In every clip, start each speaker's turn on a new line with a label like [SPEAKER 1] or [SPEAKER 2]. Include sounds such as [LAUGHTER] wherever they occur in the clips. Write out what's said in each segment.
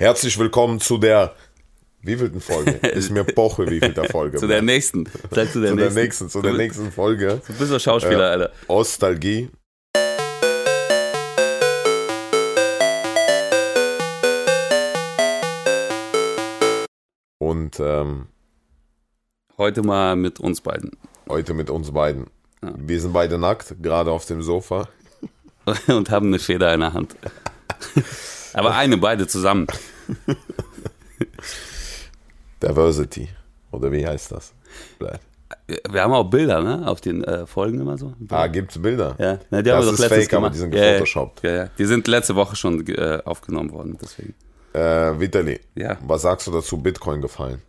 [SPEAKER 1] Herzlich willkommen zu der wievielten
[SPEAKER 2] [LAUGHS]
[SPEAKER 1] Folge? Ist mir Boche wievielter Folge.
[SPEAKER 2] Zu der nächsten. Sag zu der
[SPEAKER 1] zu der
[SPEAKER 2] nächsten.
[SPEAKER 1] nächsten, zu der
[SPEAKER 2] Du bist-
[SPEAKER 1] nächsten Folge.
[SPEAKER 2] Du bist doch Schauspieler, Alter.
[SPEAKER 1] Ostalgie. Und ähm,
[SPEAKER 2] Heute mal mit uns beiden. [LAUGHS]
[SPEAKER 1] heute mit uns beiden.
[SPEAKER 2] Ja.
[SPEAKER 1] Wir sind beide nackt, gerade auf dem Sofa.
[SPEAKER 2] Und haben eine Feder in der Hand. [LAUGHS] Aber eine, beide zusammen.
[SPEAKER 1] Diversity. Oder wie heißt das? Bleib.
[SPEAKER 2] Wir haben auch Bilder, ne? Auf den äh, Folgen immer so.
[SPEAKER 1] Ah, gibt's Bilder?
[SPEAKER 2] Ja, ne, die
[SPEAKER 1] das
[SPEAKER 2] haben wir doch
[SPEAKER 1] ist
[SPEAKER 2] letztes
[SPEAKER 1] fake, aber
[SPEAKER 2] gemacht.
[SPEAKER 1] die sind
[SPEAKER 2] Ja, ja.
[SPEAKER 1] gefotoshoppt.
[SPEAKER 2] Ja, ja. Die sind letzte Woche schon äh, aufgenommen worden, deswegen.
[SPEAKER 1] Äh, Vitali,
[SPEAKER 2] Ja.
[SPEAKER 1] was sagst du dazu? Bitcoin gefallen.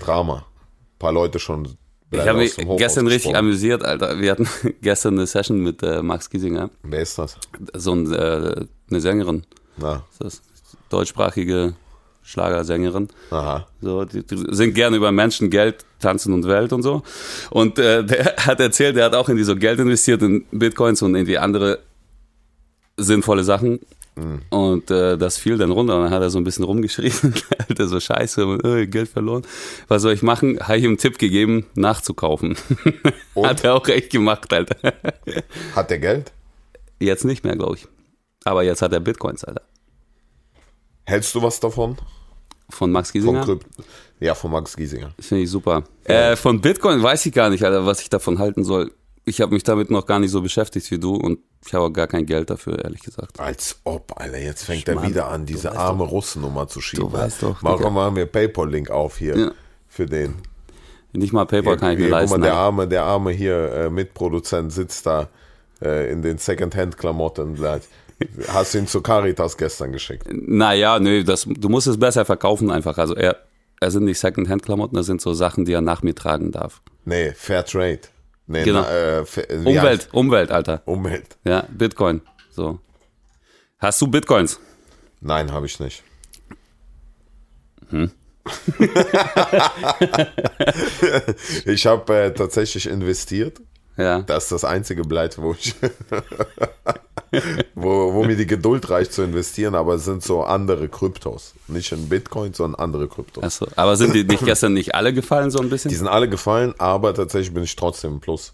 [SPEAKER 1] Drama. Ein paar Leute schon.
[SPEAKER 2] Ich habe mich gestern richtig amüsiert, Alter. Wir hatten [LAUGHS] gestern eine Session mit äh, Max Giesinger,
[SPEAKER 1] Wer ist das?
[SPEAKER 2] so ein, äh, eine Sängerin,
[SPEAKER 1] Na,
[SPEAKER 2] das ist deutschsprachige Schlagersängerin.
[SPEAKER 1] aha.
[SPEAKER 2] So, die, die singt gerne über Menschen, Geld, Tanzen und Welt und so. Und äh, [LAUGHS] der hat erzählt, der hat auch in die so Geld investiert, in Bitcoins und in die andere sinnvolle Sachen. Und äh, das fiel dann runter und dann hat er so ein bisschen rumgeschrien, [LAUGHS] Alter, so scheiße, und, äh, Geld verloren. Was soll ich machen? Habe ich ihm einen Tipp gegeben, nachzukaufen. [LAUGHS]
[SPEAKER 1] Und?
[SPEAKER 2] Hat er auch echt gemacht, Alter. [LAUGHS]
[SPEAKER 1] Hat der Geld?
[SPEAKER 2] Jetzt nicht mehr, glaube ich. Aber jetzt hat er Bitcoins, Alter.
[SPEAKER 1] Hältst du was davon?
[SPEAKER 2] Von Max
[SPEAKER 1] Vom
[SPEAKER 2] Giesinger.
[SPEAKER 1] Krypt ja, von Max Giesinger.
[SPEAKER 2] Finde ich super. Äh, von Bitcoin weiß ich gar nicht, Alter, was ich davon halten soll. Ich habe mich damit noch gar nicht so beschäftigt wie du und ich habe auch gar kein Geld dafür, ehrlich gesagt.
[SPEAKER 1] Als ob, Alter, jetzt fängt er
[SPEAKER 2] Schmarrn,
[SPEAKER 1] wieder an, diese arme Russennummer zu schieben.
[SPEAKER 2] Du weißt doch,
[SPEAKER 1] Warum
[SPEAKER 2] Digga.
[SPEAKER 1] machen wir Paypal-Link auf hier
[SPEAKER 2] Ja.
[SPEAKER 1] für den?
[SPEAKER 2] Nicht mal PayPal kann ich mir
[SPEAKER 1] Hier, guck mal,
[SPEAKER 2] leisten.
[SPEAKER 1] der
[SPEAKER 2] Alter.
[SPEAKER 1] arme, der arme hier äh, Mitproduzent sitzt da äh, in den Secondhand-Klamotten. bleibt. Hast du ihn zu Caritas gestern geschickt?
[SPEAKER 2] Naja, nö, das, du musst es besser verkaufen einfach. Also er, er sind nicht Secondhand-Klamotten, das sind so Sachen, die er nach mir tragen darf.
[SPEAKER 1] Nee, Fair Trade. Nee,
[SPEAKER 2] Genau.
[SPEAKER 1] na, äh, fair, wie
[SPEAKER 2] Umwelt,
[SPEAKER 1] heißt-
[SPEAKER 2] Umwelt, Alter.
[SPEAKER 1] Umwelt.
[SPEAKER 2] Ja, Bitcoin. So. Hast du Bitcoins?
[SPEAKER 1] Nein, habe ich nicht.
[SPEAKER 2] Hm?
[SPEAKER 1] [LAUGHS] ich habe äh, tatsächlich investiert.
[SPEAKER 2] Ja.
[SPEAKER 1] Das ist das einzige Bleit, wo ich. [LAUGHS] wo, wo mir die Geduld reicht zu investieren, aber es sind so andere Kryptos. Nicht in Bitcoin, sondern andere Kryptos.
[SPEAKER 2] Achso. Aber sind
[SPEAKER 1] [LAUGHS]
[SPEAKER 2] die nicht gestern nicht alle gefallen, so ein
[SPEAKER 1] Die
[SPEAKER 2] bisschen?
[SPEAKER 1] sind alle gefallen, aber tatsächlich bin ich trotzdem im Plus.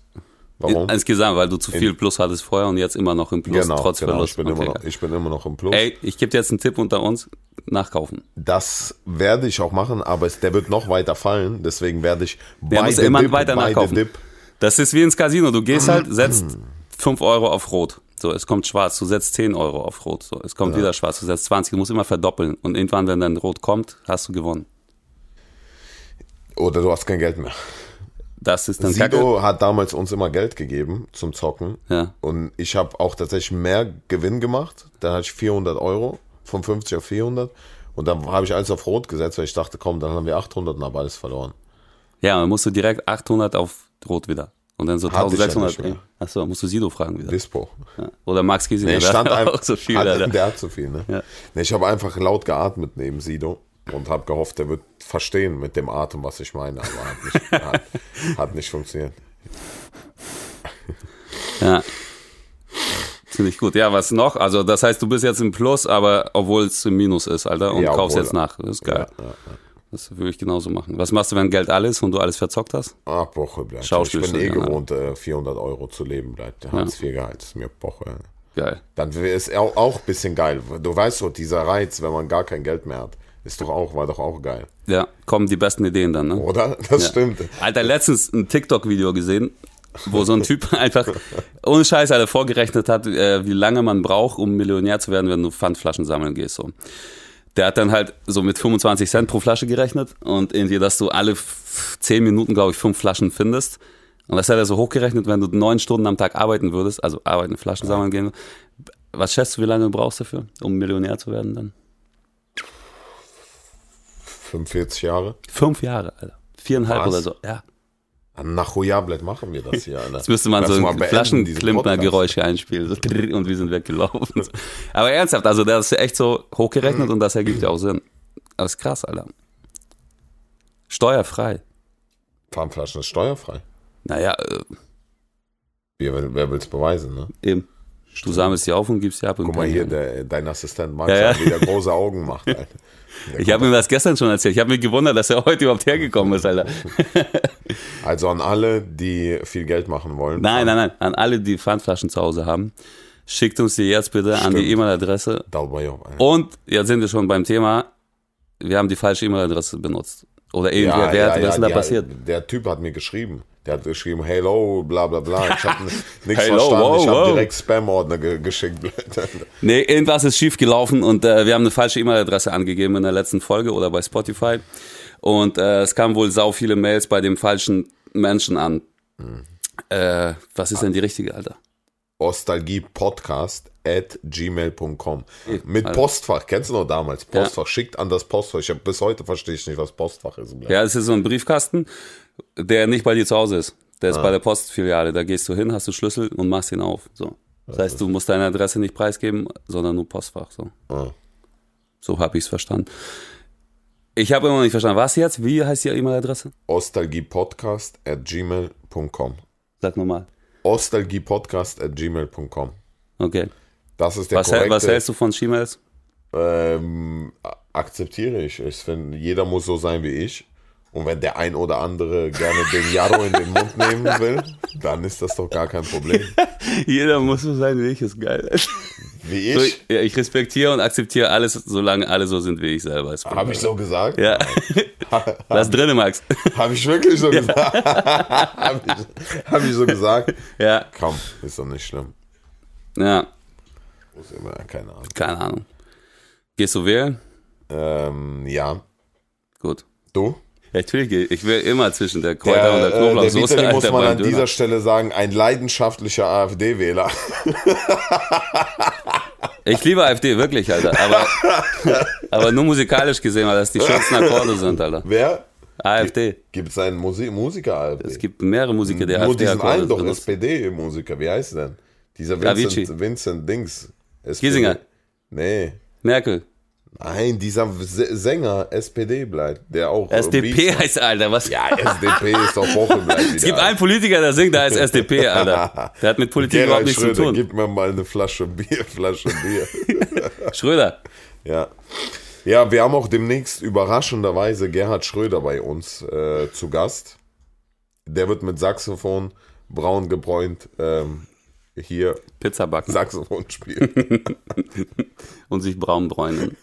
[SPEAKER 1] Warum?
[SPEAKER 2] Insgesamt, weil du zu viel Plus hattest vorher und jetzt immer noch im Plus,
[SPEAKER 1] genau,
[SPEAKER 2] trotz
[SPEAKER 1] genau ich,
[SPEAKER 2] Verlust.
[SPEAKER 1] bin
[SPEAKER 2] Okay,
[SPEAKER 1] immer noch,
[SPEAKER 2] geil.
[SPEAKER 1] ich bin immer noch im Plus.
[SPEAKER 2] Ey, ich gebe dir jetzt einen Tipp unter uns. Nachkaufen.
[SPEAKER 1] Das werde ich auch machen, aber es, der wird noch weiter fallen, deswegen werde ich
[SPEAKER 2] Der muss immer weiter
[SPEAKER 1] by the
[SPEAKER 2] nachkaufen.
[SPEAKER 1] dip.
[SPEAKER 2] Das ist wie ins Casino. Du gehst halt, setzt 5 Euro auf Rot. So, es kommt schwarz. Du setzt 10 Euro auf Rot. So, es kommt wieder schwarz. Du setzt 20. Du musst immer verdoppeln. Und irgendwann, wenn dann Rot kommt, hast du gewonnen.
[SPEAKER 1] Oder du hast kein Geld mehr.
[SPEAKER 2] Das ist dann Kacke.
[SPEAKER 1] Sido hat damals uns immer Geld gegeben zum Zocken.
[SPEAKER 2] Ja.
[SPEAKER 1] Und ich habe auch tatsächlich mehr Gewinn gemacht. Dann hatte ich 400 Euro, von 50 auf 400. Und dann habe ich alles auf Rot gesetzt, weil ich dachte, komm, dann haben wir 800 und habe alles verloren.
[SPEAKER 2] Ja, dann musst du direkt 800 auf Rot wieder. Und dann so
[SPEAKER 1] Hatte ich ja
[SPEAKER 2] 1600.
[SPEAKER 1] nicht mehr.
[SPEAKER 2] Achso, musst du Sido fragen wieder.
[SPEAKER 1] Dispo.
[SPEAKER 2] Ja. Oder Max Giesinger. [LAUGHS]
[SPEAKER 1] Nee, ich stand
[SPEAKER 2] der hat
[SPEAKER 1] einfach.
[SPEAKER 2] auch so viel,
[SPEAKER 1] hat,
[SPEAKER 2] Alter.
[SPEAKER 1] Der hat zu viel, ne?
[SPEAKER 2] Ja.
[SPEAKER 1] Nee, ich habe einfach laut geatmet neben Sido und habe gehofft, der wird verstehen mit dem Atem, was ich meine. Aber hat
[SPEAKER 2] [LAUGHS]
[SPEAKER 1] nicht, hat, hat nicht funktioniert.
[SPEAKER 2] Ja. Finde ich gut. Ja, was noch? Also, das heißt, du bist jetzt im Plus, aber obwohl es im Minus ist, Alter, und
[SPEAKER 1] Ja,
[SPEAKER 2] kaufst
[SPEAKER 1] obwohl-
[SPEAKER 2] jetzt nach. Das ist geil.
[SPEAKER 1] Ja, ja.
[SPEAKER 2] Das würde ich genauso machen. Was machst du, wenn Geld alles und du alles verzockt hast?
[SPEAKER 1] Ah, Boche bleibt. Ich
[SPEAKER 2] Schauspiel
[SPEAKER 1] bin eh
[SPEAKER 2] schon, ja.
[SPEAKER 1] gewohnt, äh, 400 Euro zu leben bleibt. Hartz IV Gehalt ist mir Boche.
[SPEAKER 2] Geil.
[SPEAKER 1] Dann wäre es auch, auch ein bisschen geil. Du weißt so, dieser Reiz, wenn man gar kein Geld mehr hat, ist doch auch, war doch auch geil.
[SPEAKER 2] Ja, kommen die besten Ideen dann, ne?
[SPEAKER 1] Oder? [LAUGHS] Das
[SPEAKER 2] Ja.
[SPEAKER 1] stimmt.
[SPEAKER 2] Alter, letztens ein TikTok-Video gesehen, wo so ein Typ [LAUGHS] einfach ohne Scheiß Alter vorgerechnet hat, äh, wie lange man braucht, um Millionär zu werden, wenn du Pfandflaschen sammeln gehst. So. Der hat dann halt so mit 25 Cent pro Flasche gerechnet und irgendwie, dass du alle f- 10 Minuten, glaube ich, fünf Flaschen findest. Und das hat er so hochgerechnet, wenn du neun Stunden am Tag arbeiten würdest, also arbeiten, Flaschen sammeln gehen. Was schätzt du, wie lange du brauchst dafür, um Millionär zu werden dann?
[SPEAKER 1] 45 Jahre.
[SPEAKER 2] Fünf Jahre, Alter. Viereinhalb
[SPEAKER 1] Was?
[SPEAKER 2] oder so, ja.
[SPEAKER 1] Nach Huyablett machen wir
[SPEAKER 2] [LAUGHS]
[SPEAKER 1] das hier. Jetzt
[SPEAKER 2] Jetzt müsste man so ein Flaschenklimpner-Geräusch hier einspielen. So, trrr, und wir sind weggelaufen. Aber ernsthaft, also das ist echt so hochgerechnet und das ergibt ja auch Sinn. Aber ist krass, Alter. Steuerfrei.
[SPEAKER 1] Farmflaschen ist steuerfrei.
[SPEAKER 2] Naja, äh,
[SPEAKER 1] Wer, will- wer will es beweisen, ne?
[SPEAKER 2] eben. Du sammelst die auf und gibst sie ab.
[SPEAKER 1] Guck mal hier, der, dein Assistent Max, ja, ja. wieder große Augen
[SPEAKER 2] [LAUGHS]
[SPEAKER 1] macht. Alter.
[SPEAKER 2] Ich habe ihm das gestern schon erzählt. Ich habe mich gewundert, dass er heute überhaupt hergekommen ist,
[SPEAKER 1] [LAUGHS]
[SPEAKER 2] Alter.
[SPEAKER 1] Also an alle, die viel Geld machen wollen.
[SPEAKER 2] Nein, nein, nein. An alle, die Pfandflaschen zu Hause haben. Schickt uns die jetzt bitte an die E-Mail-Adresse.
[SPEAKER 1] Dalbayob, Alter.
[SPEAKER 2] Und jetzt sind wir schon beim Thema. Wir haben die falsche E-Mail-Adresse benutzt. Oder irgendwie,
[SPEAKER 1] Ja,
[SPEAKER 2] wer
[SPEAKER 1] ja,
[SPEAKER 2] hat, was
[SPEAKER 1] ja,
[SPEAKER 2] ist denn da
[SPEAKER 1] die-
[SPEAKER 2] passiert?
[SPEAKER 1] Der Typ hat mir geschrieben. Der hat geschrieben, hello, bla bla bla.
[SPEAKER 2] [LAUGHS]
[SPEAKER 1] Ich habe nichts verstanden. ich
[SPEAKER 2] Hello, wow,
[SPEAKER 1] habe
[SPEAKER 2] wow.
[SPEAKER 1] direkt Spam-Ordner ge geschickt.
[SPEAKER 2] Nee, irgendwas ist schief gelaufen und äh, wir haben eine falsche E-Mail-Adresse angegeben in der letzten Folge oder bei Spotify. Und äh, es kamen wohl sau viele Mails bei dem falschen Menschen an.
[SPEAKER 1] Hm.
[SPEAKER 2] Äh, was ist denn die richtige, Alter?
[SPEAKER 1] Ostalgiepodcast at gmail.com. Mit Postfach, kennst du noch damals? Postfach, schickt an das Postfach. Ich hab, bis heute verstehe ich nicht, was Postfach ist.
[SPEAKER 2] Ja, es ist so ein Briefkasten, der nicht bei dir zu Hause ist. Der ist bei der Postfiliale. Da gehst du hin, hast du Schlüssel und machst ihn auf. So. Das heißt, du musst deine Adresse nicht preisgeben, sondern nur Postfach. So,
[SPEAKER 1] Ah.
[SPEAKER 2] so habe ich es verstanden. Ich habe immer noch nicht verstanden. Was jetzt? Wie heißt die E-Mail-Adresse?
[SPEAKER 1] Ostalgiepodcast at gmail.com.
[SPEAKER 2] Sag nochmal.
[SPEAKER 1] Ostalgiepodcast at gmail.com.
[SPEAKER 2] Okay.
[SPEAKER 1] Das ist der
[SPEAKER 2] Was, hält-
[SPEAKER 1] korrekte.
[SPEAKER 2] was hältst du von Gmails?
[SPEAKER 1] ähm, a- akzeptiere ich. ich find, jeder muss so sein wie ich. Und wenn der ein oder andere gerne den Jaro in den Mund nehmen will, dann ist das doch gar kein Problem.
[SPEAKER 2] Jeder muss so sein wie ich, ist geil. [LAUGHS]
[SPEAKER 1] Wie
[SPEAKER 2] So,
[SPEAKER 1] ich?
[SPEAKER 2] ich, ja, ich respektiere und akzeptiere alles, solange alle so sind wie ich selber. Ist
[SPEAKER 1] Habe ich so gesagt?
[SPEAKER 2] [LAUGHS] ja. Lass drinne, Max.
[SPEAKER 1] Habe ich wirklich so gesagt? [LAUGHS] Habe ich, hab ich so gesagt?
[SPEAKER 2] Ja.
[SPEAKER 1] Komm, ist doch nicht schlimm.
[SPEAKER 2] Ja,
[SPEAKER 1] Muss immer, keine Ahnung.
[SPEAKER 2] keine Ahnung. Gehst du wählen?
[SPEAKER 1] Ähm, ja,
[SPEAKER 2] Gut.
[SPEAKER 1] du?
[SPEAKER 2] Ja, natürlich gehe ich. Ich will immer zwischen der
[SPEAKER 1] Der,
[SPEAKER 2] Kräuter und der
[SPEAKER 1] äh, der
[SPEAKER 2] Knoblauchsoße.
[SPEAKER 1] Vitali muss
[SPEAKER 2] Alter, ne?
[SPEAKER 1] man
[SPEAKER 2] beim
[SPEAKER 1] an
[SPEAKER 2] Döner.
[SPEAKER 1] dieser Stelle sagen, ein leidenschaftlicher AfD-Wähler.
[SPEAKER 2] ich liebe AfD, wirklich, Alter.
[SPEAKER 1] [LAUGHS]
[SPEAKER 2] Aber, aber nur musikalisch gesehen, weil das die schönsten Akkorde sind, Alter.
[SPEAKER 1] [LAUGHS] Wer?
[SPEAKER 2] AfD.
[SPEAKER 1] Gibt es einen Musi Musiker-AfD?
[SPEAKER 2] Es gibt mehrere Musiker, die
[SPEAKER 1] Nur diesen einen
[SPEAKER 2] AfD-Akkorde
[SPEAKER 1] doch,
[SPEAKER 2] benutzen.
[SPEAKER 1] SPD-Musiker, wie heißt der denn? Dieser
[SPEAKER 2] Avicii.
[SPEAKER 1] Vincent, Vincent Dings. SPD.
[SPEAKER 2] Giesinger.
[SPEAKER 1] Nee.
[SPEAKER 2] Merkel.
[SPEAKER 1] Nein, dieser S- Sänger SPD bleibt, der auch. äh,
[SPEAKER 2] SDP
[SPEAKER 1] Beats macht.
[SPEAKER 2] heißt, Alter, was?
[SPEAKER 1] Ja, SDP ist doch Woche bleibt
[SPEAKER 2] Es gibt einen Politiker, der singt, da ist SDP,
[SPEAKER 1] [LAUGHS]
[SPEAKER 2] Alter. Der hat mit Politik überhaupt
[SPEAKER 1] Gerald
[SPEAKER 2] nichts
[SPEAKER 1] Schröder,
[SPEAKER 2] zu tun.
[SPEAKER 1] gib mir mal eine Flasche Bier, Flasche Bier.
[SPEAKER 2] Schröder.
[SPEAKER 1] ja. Ja, wir haben auch demnächst überraschenderweise Gerhard Schröder bei uns äh, zu Gast. Der wird mit Saxophon braun gebräunt ähm, hier
[SPEAKER 2] Pizza backen
[SPEAKER 1] Saxophon spielen.
[SPEAKER 2] und sich braun bräunen.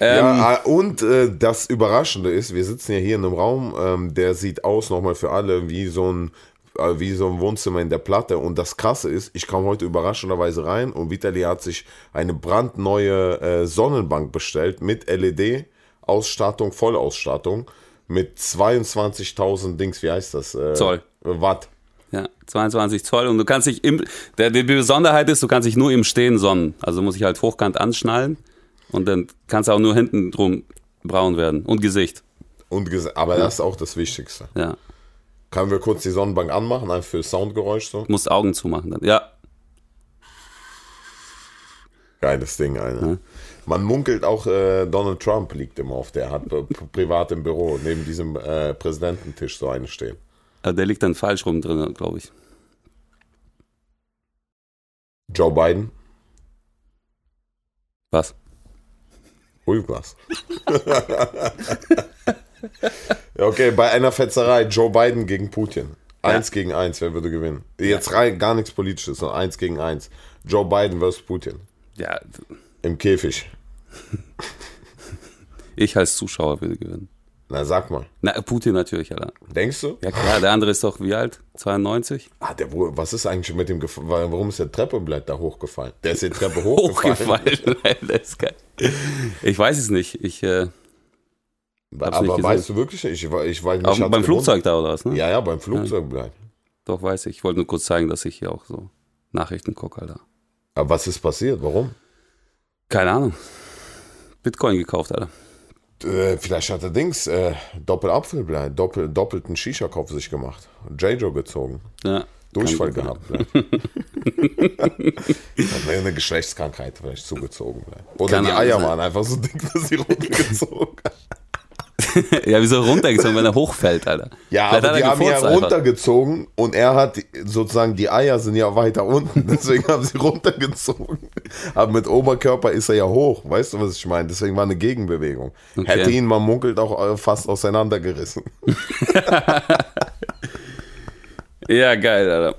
[SPEAKER 1] Ja, ah, und äh, das Überraschende ist, wir sitzen ja hier in einem Raum, ähm, der sieht aus nochmal für alle wie so ein äh, wie so ein Wohnzimmer in der Platte. Und das Krasse ist, ich kam heute überraschenderweise rein und Vitali hat sich eine brandneue äh, Sonnenbank bestellt mit LED-Ausstattung, Vollausstattung mit 22.000 Dings, wie heißt das? Äh,
[SPEAKER 2] Zoll.
[SPEAKER 1] Watt.
[SPEAKER 2] Ja, 22 Zoll und du kannst dich im, der, die Besonderheit ist, du kannst dich nur im Stehen sonnen. Also muss ich halt hochkant anschnallen und dann kannst du auch nur hinten drum braun werden und Gesicht.
[SPEAKER 1] Und ges- aber das ist auch das Wichtigste.
[SPEAKER 2] Ja,
[SPEAKER 1] Können wir kurz die Sonnenbank anmachen, einfach für Soundgeräusch so?
[SPEAKER 2] musst Augen zumachen dann. Ja,
[SPEAKER 1] Geiles Ding, Alter. Man munkelt auch, äh, Donald Trump liegt immer auf der, hat äh, p- privat im Büro neben diesem äh, Präsidententisch so einen stehen.
[SPEAKER 2] aber äh, der liegt dann falsch rum drin, glaube ich.
[SPEAKER 1] Joe Biden,
[SPEAKER 2] Was?
[SPEAKER 1] ruhig was. [LAUGHS] Ja, okay, bei einer Fetzerei, Joe Biden gegen Putin. Eins gegen eins, wer würde gewinnen? Jetzt rein, gar nichts Politisches, sondern eins gegen eins. Joe Biden versus Putin.
[SPEAKER 2] Ja,
[SPEAKER 1] Im Käfig.
[SPEAKER 2] ich als Zuschauer würde gewinnen.
[SPEAKER 1] Na, sag mal.
[SPEAKER 2] Na, Putin natürlich, Alter.
[SPEAKER 1] Denkst du?
[SPEAKER 2] Ja klar, der andere ist doch wie alt? 92?
[SPEAKER 1] Ah, der, wo- was ist eigentlich mit dem, gef- warum ist der Treppenblatt da hochgefallen? Der ist die Treppe hochgefallen.
[SPEAKER 2] hochgefallen. [LAUGHS] Alter, ist geil. Ich weiß es nicht. Ich, äh, Hab's nicht
[SPEAKER 1] aber
[SPEAKER 2] gesehen.
[SPEAKER 1] weißt du wirklich, nicht? ich, war- ich weiß nicht.
[SPEAKER 2] auch beim Flugzeug da oder was, ne?
[SPEAKER 1] Ja, ja, beim Flugzeug bleiben.
[SPEAKER 2] Doch, weiß ich. Ich wollte nur kurz zeigen, dass ich hier auch so Nachrichten gucke, Alter.
[SPEAKER 1] Aber was ist passiert? Warum?
[SPEAKER 2] Keine Ahnung. Bitcoin gekauft, Alter.
[SPEAKER 1] Äh, vielleicht hat er Dings äh, Doppelapfelblei, doppel, doppelten Shisha-Kopf sich gemacht. J-Jo gezogen.
[SPEAKER 2] Ja.
[SPEAKER 1] Durchfall
[SPEAKER 2] Kann
[SPEAKER 1] gehabt. Vielleicht. [LAUGHS] hat mir eine Geschlechtskrankheit vielleicht zugezogen. Bleibt. Oder
[SPEAKER 2] Kann
[SPEAKER 1] die
[SPEAKER 2] auch
[SPEAKER 1] Eier
[SPEAKER 2] sein. [LAUGHS]
[SPEAKER 1] waren einfach so dick, dass sie runtergezogen haben.
[SPEAKER 2] [LAUGHS] ja, wieso runtergezogen, wenn er hochfällt, Alter?
[SPEAKER 1] Ja,
[SPEAKER 2] Vielleicht
[SPEAKER 1] aber die
[SPEAKER 2] hat er
[SPEAKER 1] haben ihn ja
[SPEAKER 2] gefurzt einfach.
[SPEAKER 1] runtergezogen und er hat sozusagen, die Eier sind ja weiter unten, [LAUGHS] deswegen haben sie runtergezogen. Aber mit Oberkörper ist er ja hoch, weißt du, was ich meine? Deswegen war eine Gegenbewegung.
[SPEAKER 2] Okay.
[SPEAKER 1] Hätte ihn man munkelt auch äh, fast auseinandergerissen. [LAUGHS]
[SPEAKER 2] Ja, geil, Alter.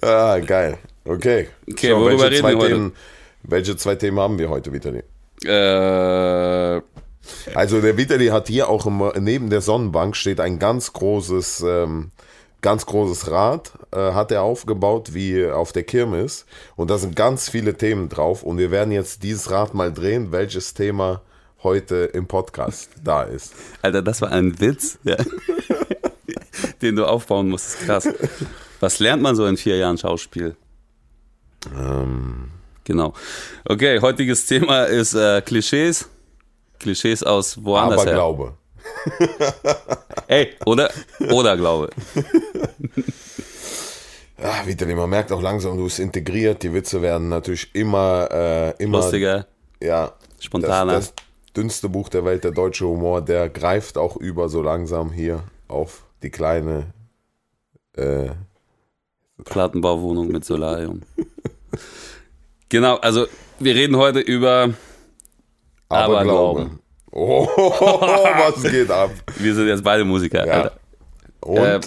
[SPEAKER 1] Ah, geil. Okay.
[SPEAKER 2] Okay, worüber
[SPEAKER 1] welche
[SPEAKER 2] reden
[SPEAKER 1] zwei
[SPEAKER 2] wir heute?
[SPEAKER 1] Themen, Welche zwei Themen haben wir heute, Vitali?
[SPEAKER 2] Äh,
[SPEAKER 1] Also der Vitali hat hier auch im, neben der Sonnenbank steht ein ganz großes, ähm, ganz großes Rad, äh, hat er aufgebaut wie auf der Kirmes und da sind ganz viele Themen drauf und wir werden jetzt dieses Rad mal drehen, welches Thema heute im Podcast da ist.
[SPEAKER 2] Alter, das war ein Witz, ja. [LAUGHS] den du aufbauen musst. Krass. Was lernt man so in vier Jahren Schauspiel?
[SPEAKER 1] Ähm.
[SPEAKER 2] Genau. Okay, heutiges Thema ist äh, Klischees. Klischees aus woanders
[SPEAKER 1] Aber
[SPEAKER 2] her.
[SPEAKER 1] glaube.
[SPEAKER 2] Ey, oder? Oder glaube.
[SPEAKER 1] Ah, Vitali, man merkt auch langsam, du bist integriert, die Witze werden natürlich immer, äh, immer
[SPEAKER 2] Lustiger.
[SPEAKER 1] Ja.
[SPEAKER 2] Spontaner.
[SPEAKER 1] Das, das dünnste Buch der Welt, der deutsche Humor, der greift auch über so langsam hier auf die kleine. Äh,
[SPEAKER 2] Plattenbauwohnung mit Solarium. genau, also wir reden heute über. Aberglauben.
[SPEAKER 1] Aberglauben. Oh, [LAUGHS] was geht ab?
[SPEAKER 2] Wir sind jetzt beide Musiker.
[SPEAKER 1] Ja.
[SPEAKER 2] Alter.
[SPEAKER 1] Und
[SPEAKER 2] Äh,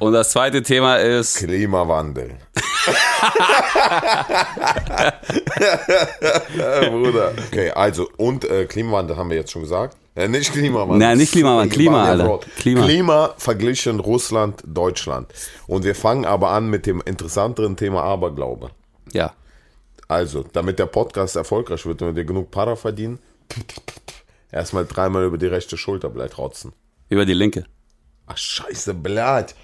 [SPEAKER 2] und das zweite Thema ist.
[SPEAKER 1] Klimawandel. Bruder. Okay, also, und äh, Klimawandel haben wir jetzt schon gesagt. Äh, nicht Klimawandel.
[SPEAKER 2] Nein, nicht Klimawandel, Klima, Alter. Klima.
[SPEAKER 1] Klima. Klima verglichen Russland, Deutschland. Und wir fangen aber an mit dem interessanteren Thema Aberglaube.
[SPEAKER 2] Ja.
[SPEAKER 1] Also, damit der Podcast erfolgreich wird und wir genug Para verdienen, erstmal dreimal über die rechte Schulter bleibt rotzen.
[SPEAKER 2] Über die linke.
[SPEAKER 1] Ach, scheiße, blöd.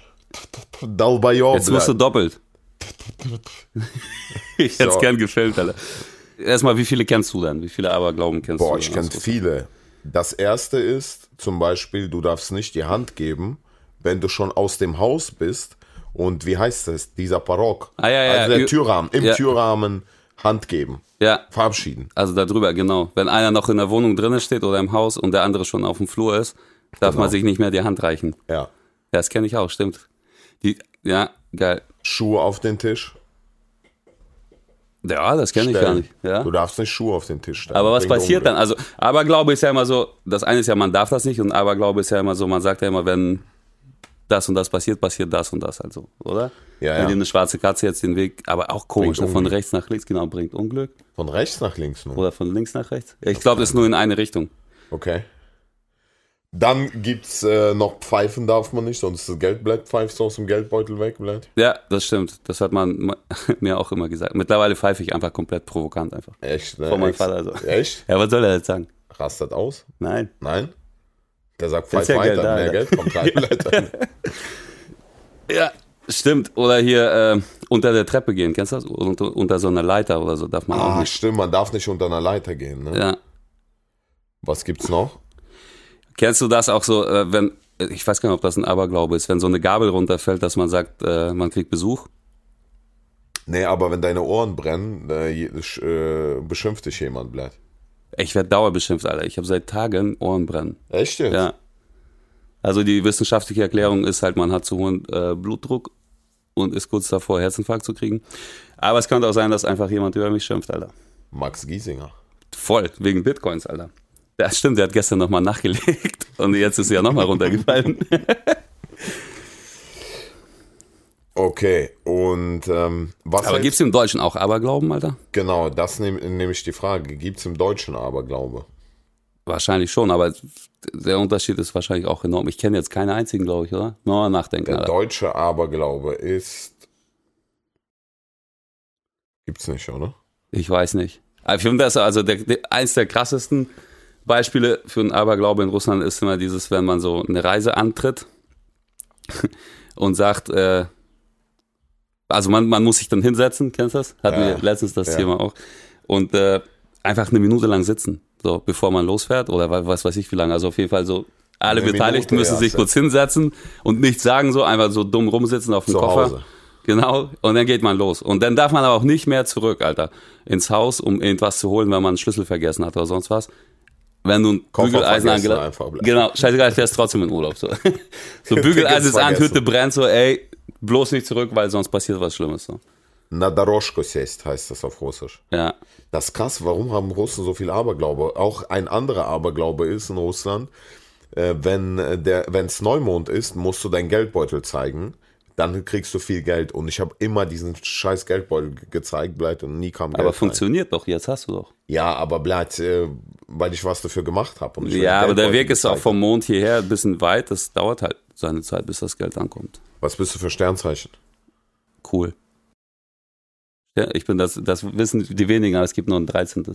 [SPEAKER 1] Dalbayor,
[SPEAKER 2] Jetzt musst
[SPEAKER 1] [LAUGHS]
[SPEAKER 2] du doppelt. ich hätte es
[SPEAKER 1] So.
[SPEAKER 2] gern gefilmt, Alter. Erstmal, wie viele kennst du denn? Wie viele Aberglauben kennst du?
[SPEAKER 1] Boah, ich
[SPEAKER 2] denn?
[SPEAKER 1] kenne viele. Das erste ist zum Beispiel, du darfst nicht die Hand geben, wenn du schon aus dem Haus bist. Und wie heißt das? Dieser Barock.
[SPEAKER 2] Ah, ja, ja,
[SPEAKER 1] also
[SPEAKER 2] ja.
[SPEAKER 1] der Türrahmen. Im
[SPEAKER 2] Ja.
[SPEAKER 1] Türrahmen Hand geben.
[SPEAKER 2] Ja,
[SPEAKER 1] Verabschieden.
[SPEAKER 2] also darüber, genau. Wenn einer noch in der Wohnung drinnen steht oder im Haus und der andere schon auf dem Flur ist, darf
[SPEAKER 1] Genau.
[SPEAKER 2] man sich nicht mehr die Hand reichen.
[SPEAKER 1] Ja.
[SPEAKER 2] Ja, das kenne ich auch, stimmt. Die, ja, geil.
[SPEAKER 1] Schuhe auf den Tisch.
[SPEAKER 2] Ja, das kenne ich gar
[SPEAKER 1] stellen.
[SPEAKER 2] nicht. Ja.
[SPEAKER 1] Du darfst nicht Schuhe auf den Tisch stellen.
[SPEAKER 2] Aber was
[SPEAKER 1] Bringt
[SPEAKER 2] passiert
[SPEAKER 1] Unglück.
[SPEAKER 2] dann? Also, Aberglaube ist ja immer so, das eine ist ja, man darf das nicht und Aberglaube ist ja immer so, man sagt ja immer, wenn das und das passiert, passiert das und das also, oder?
[SPEAKER 1] Ja,
[SPEAKER 2] Wenn
[SPEAKER 1] ja.
[SPEAKER 2] dir eine schwarze Katze jetzt den Weg, aber auch komisch,
[SPEAKER 1] Bringt
[SPEAKER 2] ne? von
[SPEAKER 1] Unglück.
[SPEAKER 2] rechts nach links, genau, bringt Unglück.
[SPEAKER 1] Von rechts nach links nur.
[SPEAKER 2] Oder von links nach rechts. Ich glaube, das ist nur in eine Richtung.
[SPEAKER 1] Okay. Dann gibt's äh, noch Pfeifen darf man nicht, sonst das Geld bleibt, pfeifst du aus dem Geldbeutel weg, bleibt.
[SPEAKER 2] Ja, das stimmt. Das hat man [LAUGHS] mir auch immer gesagt. Mittlerweile pfeife ich einfach komplett provokant einfach.
[SPEAKER 1] Echt, ne?
[SPEAKER 2] Von meinem
[SPEAKER 1] Echt?
[SPEAKER 2] Vater also.
[SPEAKER 1] Echt?
[SPEAKER 2] Ja, was soll er jetzt sagen?
[SPEAKER 1] Rastet aus?
[SPEAKER 2] Nein.
[SPEAKER 1] Nein? Der sagt,
[SPEAKER 2] Ist
[SPEAKER 1] pfeif
[SPEAKER 2] ja
[SPEAKER 1] weiter,
[SPEAKER 2] Geld da,
[SPEAKER 1] mehr
[SPEAKER 2] Alter.
[SPEAKER 1] Geld kommt rein,
[SPEAKER 2] [LAUGHS]
[SPEAKER 1] Leute.
[SPEAKER 2] Ja, stimmt. Oder hier äh, unter der Treppe gehen, kennst du das? Unter, unter so einer Leiter oder so darf man auch
[SPEAKER 1] Ah,
[SPEAKER 2] nicht.
[SPEAKER 1] stimmt, man darf nicht unter einer Leiter gehen, ne?
[SPEAKER 2] Ja.
[SPEAKER 1] Was gibt's noch?
[SPEAKER 2] Kennst du das auch so, äh, wenn, ich weiß gar nicht, ob das ein Aberglaube ist, wenn so eine Gabel runterfällt, dass man sagt, äh, man kriegt Besuch?
[SPEAKER 1] Nee, aber wenn deine Ohren brennen, äh, je- äh, beschimpft dich jemand, bleibt.
[SPEAKER 2] Ich werde dauerbeschimpft, Alter. Ich habe seit Tagen Ohrenbrennen.
[SPEAKER 1] Echt jetzt?
[SPEAKER 2] Ja. Also die wissenschaftliche Erklärung ist halt, man hat zu hohen äh, Blutdruck und ist kurz davor, Herzinfarkt zu kriegen. Aber es könnte auch sein, dass einfach jemand über mich schimpft, Alter.
[SPEAKER 1] Max Giesinger.
[SPEAKER 2] Voll, wegen Bitcoins, Alter. Das stimmt, der hat gestern nochmal nachgelegt [LAUGHS] und jetzt ist er ja nochmal runtergefallen.
[SPEAKER 1] Okay, und ähm, was
[SPEAKER 2] Aber
[SPEAKER 1] hältst-
[SPEAKER 2] gibt's im Deutschen auch Aberglauben, Alter?
[SPEAKER 1] Genau, das nehme nehm ich die Frage. Gibt es im Deutschen Aberglaube?
[SPEAKER 2] Wahrscheinlich schon, aber der Unterschied ist wahrscheinlich auch enorm. Ich kenne jetzt keinen einzigen, glaube ich, oder? Nur mal nachdenken.
[SPEAKER 1] Der
[SPEAKER 2] Alter.
[SPEAKER 1] deutsche Aberglaube ist. Gibt's nicht, oder?
[SPEAKER 2] Ich weiß nicht. Aber Ich finde das also der, der, eins der krassesten Beispiele für einen Aberglaube in Russland ist immer dieses, wenn man so eine Reise antritt [LAUGHS] und sagt, äh, also man, man muss sich dann hinsetzen, kennst du das? Hatten
[SPEAKER 1] Ja.
[SPEAKER 2] wir letztens das
[SPEAKER 1] Ja.
[SPEAKER 2] Thema auch. Und äh, einfach eine Minute lang sitzen, so bevor man losfährt oder wa- was weiß ich wie lange. Also auf jeden Fall so, alle
[SPEAKER 1] Eine
[SPEAKER 2] Beteiligten
[SPEAKER 1] Minute,
[SPEAKER 2] müssen
[SPEAKER 1] ja,
[SPEAKER 2] sich
[SPEAKER 1] ja.
[SPEAKER 2] kurz hinsetzen und nichts sagen, so einfach so dumm rumsitzen auf dem
[SPEAKER 1] Zu
[SPEAKER 2] Koffer.
[SPEAKER 1] Hause.
[SPEAKER 2] Genau, und dann geht man los. Und dann darf man aber auch nicht mehr zurück, Alter, ins Haus, um irgendwas zu holen, wenn man einen Schlüssel vergessen hat oder sonst was. wenn du ein
[SPEAKER 1] Koffer
[SPEAKER 2] Bügeleisen
[SPEAKER 1] vergessen
[SPEAKER 2] angela-
[SPEAKER 1] einfach bleiben.
[SPEAKER 2] Genau, scheißegal, ich fährst trotzdem in Urlaub.
[SPEAKER 1] [LAUGHS]
[SPEAKER 2] So, so Bügeleisen ist an,
[SPEAKER 1] vergessen.
[SPEAKER 2] Hütte brennt so, ey, bloß nicht zurück, weil sonst passiert was Schlimmes. So.
[SPEAKER 1] Na Doroschko sest heißt das auf Russisch.
[SPEAKER 2] Ja.
[SPEAKER 1] Das ist krass, warum haben Russen so viel Aberglaube? Auch ein anderer Aberglaube ist in Russland, äh, wenn äh, der, wenn's Neumond ist, musst du deinen Geldbeutel zeigen, dann kriegst du viel Geld. Und ich habe immer diesen scheiß Geldbeutel ge- gezeigt, bleibt und nie kam Geld.
[SPEAKER 2] Aber
[SPEAKER 1] rein.
[SPEAKER 2] funktioniert doch, jetzt hast du doch.
[SPEAKER 1] Ja, aber bleibt, äh, weil ich was dafür gemacht habe. und ich will
[SPEAKER 2] Ja,
[SPEAKER 1] den
[SPEAKER 2] aber der
[SPEAKER 1] Geldbeutel
[SPEAKER 2] Weg ist auch
[SPEAKER 1] gezeigt
[SPEAKER 2] vom Mond hierher ein bisschen weit, das dauert halt seine Zeit, bis das Geld ankommt.
[SPEAKER 1] hab. Was bist du für Sternzeichen?
[SPEAKER 2] Cool. Ja, ich bin das, das wissen die wenigen, aber es gibt nur ein 13.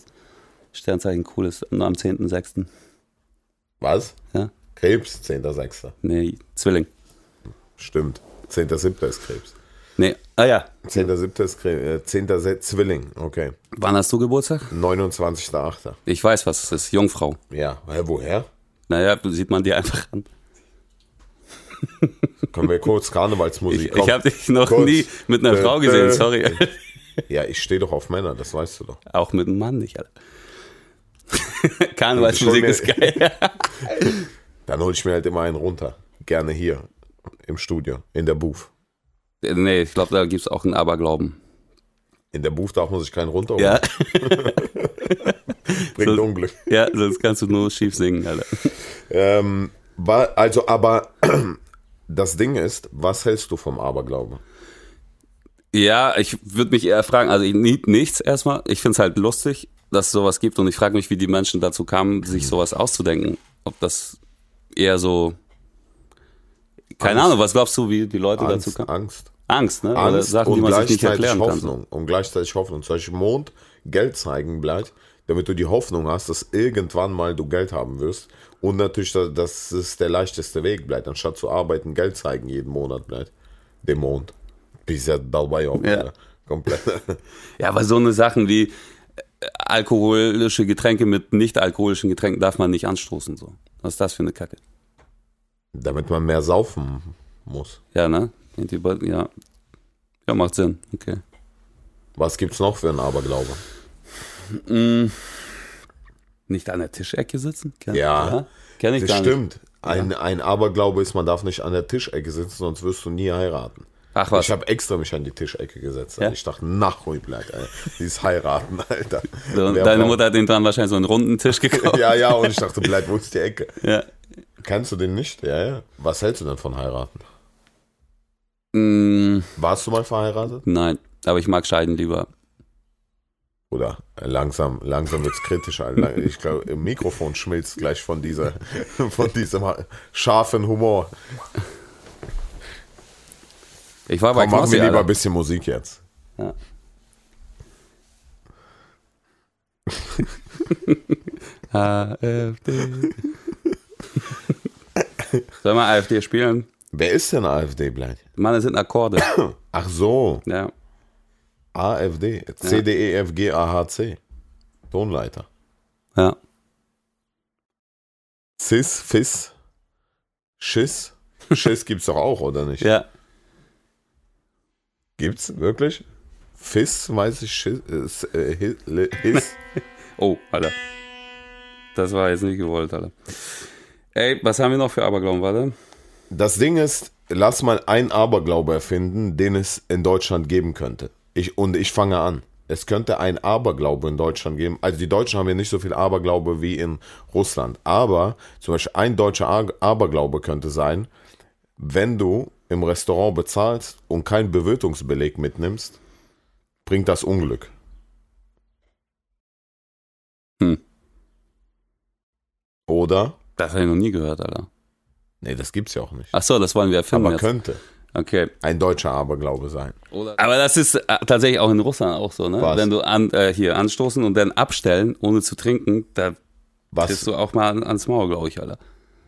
[SPEAKER 2] Sternzeichen cool ist nur am 10.6.
[SPEAKER 1] Was?
[SPEAKER 2] Ja.
[SPEAKER 1] Krebs, 10.6.
[SPEAKER 2] Nee, Zwilling.
[SPEAKER 1] Stimmt. 10.7. ist Krebs.
[SPEAKER 2] Nee, ah ja.
[SPEAKER 1] 10.7. ist Krebs. Äh, 10. Se- Zwilling, okay.
[SPEAKER 2] Wann hast du Geburtstag?
[SPEAKER 1] 29.8.
[SPEAKER 2] Ich weiß, was es ist. Jungfrau.
[SPEAKER 1] Ja, hä, woher?
[SPEAKER 2] Naja, sieht man dir einfach an.
[SPEAKER 1] Können wir kurz
[SPEAKER 2] [LAUGHS] Ich,
[SPEAKER 1] Karnevalsmusik
[SPEAKER 2] ich
[SPEAKER 1] komm.
[SPEAKER 2] habe dich noch
[SPEAKER 1] Kurz.
[SPEAKER 2] nie mit einer
[SPEAKER 1] Äh,
[SPEAKER 2] Frau gesehen,
[SPEAKER 1] äh.
[SPEAKER 2] sorry. [LAUGHS]
[SPEAKER 1] Ja, ich stehe doch auf Männer, das weißt du doch.
[SPEAKER 2] Auch mit einem Mann nicht, Alter. [LAUGHS] Karnevalsmusik
[SPEAKER 1] Schon
[SPEAKER 2] ist geil.
[SPEAKER 1] Dann hole ich mir halt immer einen runter. Gerne hier im Studio, in der Booth.
[SPEAKER 2] nee, ich glaube, da gibt's auch einen Aberglauben.
[SPEAKER 1] In der Booth darf man sich keinen runterholen.
[SPEAKER 2] Ja,
[SPEAKER 1] Bringt
[SPEAKER 2] so-
[SPEAKER 1] Unglück.
[SPEAKER 2] ja, sonst kannst du nur schief singen, Alter.
[SPEAKER 1] Ähm, wa- also, aber [CLEARS THROAT] das Ding ist, was hältst du vom Aberglauben?
[SPEAKER 2] Ja, ich würde mich eher fragen, also ich nie, nichts erstmal. Ich find's halt lustig, dass es sowas gibt und ich frage mich, wie die Menschen dazu kamen,
[SPEAKER 1] Mhm.
[SPEAKER 2] sich sowas auszudenken. Ob das eher so. Keine
[SPEAKER 1] Angst.
[SPEAKER 2] Ahnung, was glaubst du, wie die Leute dazu
[SPEAKER 1] Angst,
[SPEAKER 2] kamen?
[SPEAKER 1] Angst.
[SPEAKER 2] Angst, ne? Oder
[SPEAKER 1] Angst
[SPEAKER 2] Sachen, die
[SPEAKER 1] und
[SPEAKER 2] man sich nicht
[SPEAKER 1] gleichzeitig
[SPEAKER 2] erklären kann.
[SPEAKER 1] Hoffnung. Und gleichzeitig Hoffnung. Zum Beispiel Mond, Geld zeigen bleibt, damit du die Hoffnung hast, dass irgendwann mal du Geld haben wirst. Und natürlich, dass, dass es der leichteste Weg bleibt, anstatt zu arbeiten, Geld zeigen jeden Monat bleiht. Dem Mond. Bis ja dabei auch.
[SPEAKER 2] Ja.
[SPEAKER 1] Ja. Komplett. [LAUGHS]
[SPEAKER 2] Ja, aber so eine Sachen wie äh, alkoholische Getränke mit nicht alkoholischen Getränken darf man nicht anstoßen. So. Was ist das für eine Kacke?
[SPEAKER 1] damit man mehr saufen muss.
[SPEAKER 2] Ja, ne? Geht über- Ja. ja, macht Sinn. Okay.
[SPEAKER 1] Was gibt's noch für einen Aberglaube?
[SPEAKER 2] Mm. Nicht an der Tischecke sitzen? Kenn,
[SPEAKER 1] Ja.
[SPEAKER 2] Kenn ich
[SPEAKER 1] Das
[SPEAKER 2] gar nicht.
[SPEAKER 1] stimmt. Ein, ein Aberglaube ist, man darf nicht an der Tischecke sitzen, sonst wirst du nie heiraten.
[SPEAKER 2] Ach was,
[SPEAKER 1] Ich habe extra mich an die Tischecke gesetzt. Alter.
[SPEAKER 2] Ja?
[SPEAKER 1] Ich dachte, nach ruhig bleibt, Alter. Dieses Heiraten,
[SPEAKER 2] [LAUGHS]
[SPEAKER 1] Alter.
[SPEAKER 2] so,
[SPEAKER 1] Wer
[SPEAKER 2] deine
[SPEAKER 1] braucht-
[SPEAKER 2] Mutter hat den dran wahrscheinlich so einen
[SPEAKER 1] [LAUGHS]
[SPEAKER 2] runden Tisch gekauft.
[SPEAKER 1] Ja, ja, und ich dachte, bleib, wo ist die Ecke?
[SPEAKER 2] ja.
[SPEAKER 1] Kannst du den nicht? Ja, ja. Was hältst du denn von heiraten?
[SPEAKER 2] Mm,
[SPEAKER 1] Warst du mal verheiratet?
[SPEAKER 2] nein, aber ich mag Scheiden lieber.
[SPEAKER 1] Oder äh, langsam, langsam wird's kritisch, Alter. Ich glaube, im Mikrofon schmilzt gleich von dieser, [LAUGHS] von diesem ha- scharfen Humor.
[SPEAKER 2] Ich war bei
[SPEAKER 1] Komm, machen
[SPEAKER 2] Knossi,
[SPEAKER 1] wir lieber ein
[SPEAKER 2] Alter.
[SPEAKER 1] bisschen Musik jetzt. [LAUGHS]
[SPEAKER 2] Ja. [LAUGHS] AfD. Sollen wir AfD spielen?
[SPEAKER 1] Wer ist denn AfD, Bleich?
[SPEAKER 2] Mann, das sind Akkorde.
[SPEAKER 1] Ach so,
[SPEAKER 2] Ja.
[SPEAKER 1] AfD. C, D, E, F, G, A, H, C. Tonleiter.
[SPEAKER 2] ja.
[SPEAKER 1] Cis, Fis, Schiss. Schiss gibt's doch auch, oder nicht?
[SPEAKER 2] Ja.
[SPEAKER 1] Gibt's wirklich? Fis, weiß ich, Schiss, äh, s- äh, hi- li- His.
[SPEAKER 2] Oh, Alter. Das war jetzt nicht gewollt, Alter. Ey, was haben wir noch für Aberglauben, warte?
[SPEAKER 1] Das Ding ist, lass mal einen Aberglaube erfinden, den es in Deutschland geben könnte. Ich, und ich fange an. Es könnte einen Aberglaube in Deutschland geben. Also die Deutschen haben ja nicht so viel Aberglaube wie in Russland. Aber zum Beispiel ein deutscher A- Aberglaube könnte sein, wenn du im Restaurant bezahlst und keinen Bewirtungsbeleg mitnimmst, bringt das Unglück.
[SPEAKER 2] Hm.
[SPEAKER 1] Oder?
[SPEAKER 2] Das habe ich noch nie gehört, Alter.
[SPEAKER 1] Nee, das gibt's ja auch nicht.
[SPEAKER 2] Ach so, das wollen wir erfinden
[SPEAKER 1] Aber
[SPEAKER 2] jetzt.
[SPEAKER 1] könnte
[SPEAKER 2] Okay.
[SPEAKER 1] ein deutscher Aberglaube sein.
[SPEAKER 2] Aber das ist äh, tatsächlich auch in Russland auch so, ne?
[SPEAKER 1] Was?
[SPEAKER 2] Wenn du an, äh, hier anstoßen und dann abstellen, ohne zu trinken, da
[SPEAKER 1] Was
[SPEAKER 2] bist du auch mal an- ans Maul, glaube ich, Alter.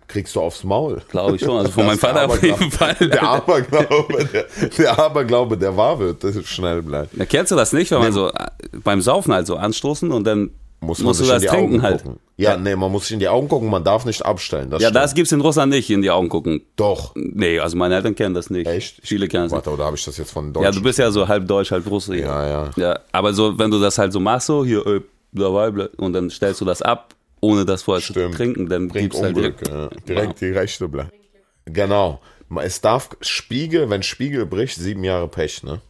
[SPEAKER 1] kriegst du aufs Maul?
[SPEAKER 2] Glaube ich schon.
[SPEAKER 1] [LAUGHS]
[SPEAKER 2] Also von meinem
[SPEAKER 1] Das ist
[SPEAKER 2] Vater auf
[SPEAKER 1] Aberglaube.
[SPEAKER 2] jeden Fall.
[SPEAKER 1] Der
[SPEAKER 2] [LAUGHS]
[SPEAKER 1] Aberglaube, der, der Aberglaube, der wahr wird, das ist schnell bleibt.
[SPEAKER 2] Na, kennst du das nicht, wenn man so äh, beim Saufen halt so anstoßen und dann
[SPEAKER 1] Muss man
[SPEAKER 2] musst du
[SPEAKER 1] sich in
[SPEAKER 2] das
[SPEAKER 1] die
[SPEAKER 2] trinken
[SPEAKER 1] Augen
[SPEAKER 2] halt.
[SPEAKER 1] gucken. Ja, nee, man muss sich in die Augen gucken, man darf nicht abstellen. Das
[SPEAKER 2] Ja,
[SPEAKER 1] stimmt.
[SPEAKER 2] das gibt's in Russland nicht, in die Augen gucken.
[SPEAKER 1] Doch.
[SPEAKER 2] Nee, also meine Eltern kennen das nicht.
[SPEAKER 1] Echt?
[SPEAKER 2] Viele kennen das nicht.
[SPEAKER 1] Warte, oder habe ich das jetzt von
[SPEAKER 2] Ja,
[SPEAKER 1] Deutsch?
[SPEAKER 2] du bist ja so halb deutsch, halb Russe.
[SPEAKER 1] ja, ja.
[SPEAKER 2] Ja, aber so, wenn du das halt so machst, so hier, äh, dabei, bleib- und dann stellst du das ab ohne das vorher
[SPEAKER 1] Stimmt.
[SPEAKER 2] zu trinken, dann
[SPEAKER 1] Bringt
[SPEAKER 2] gibst halt
[SPEAKER 1] Unglück.
[SPEAKER 2] direkt.
[SPEAKER 1] ja. äh, direkt die rechte Blei. Genau. Es darf Spiegel, wenn Spiegel bricht, sieben Jahre Pech, ne?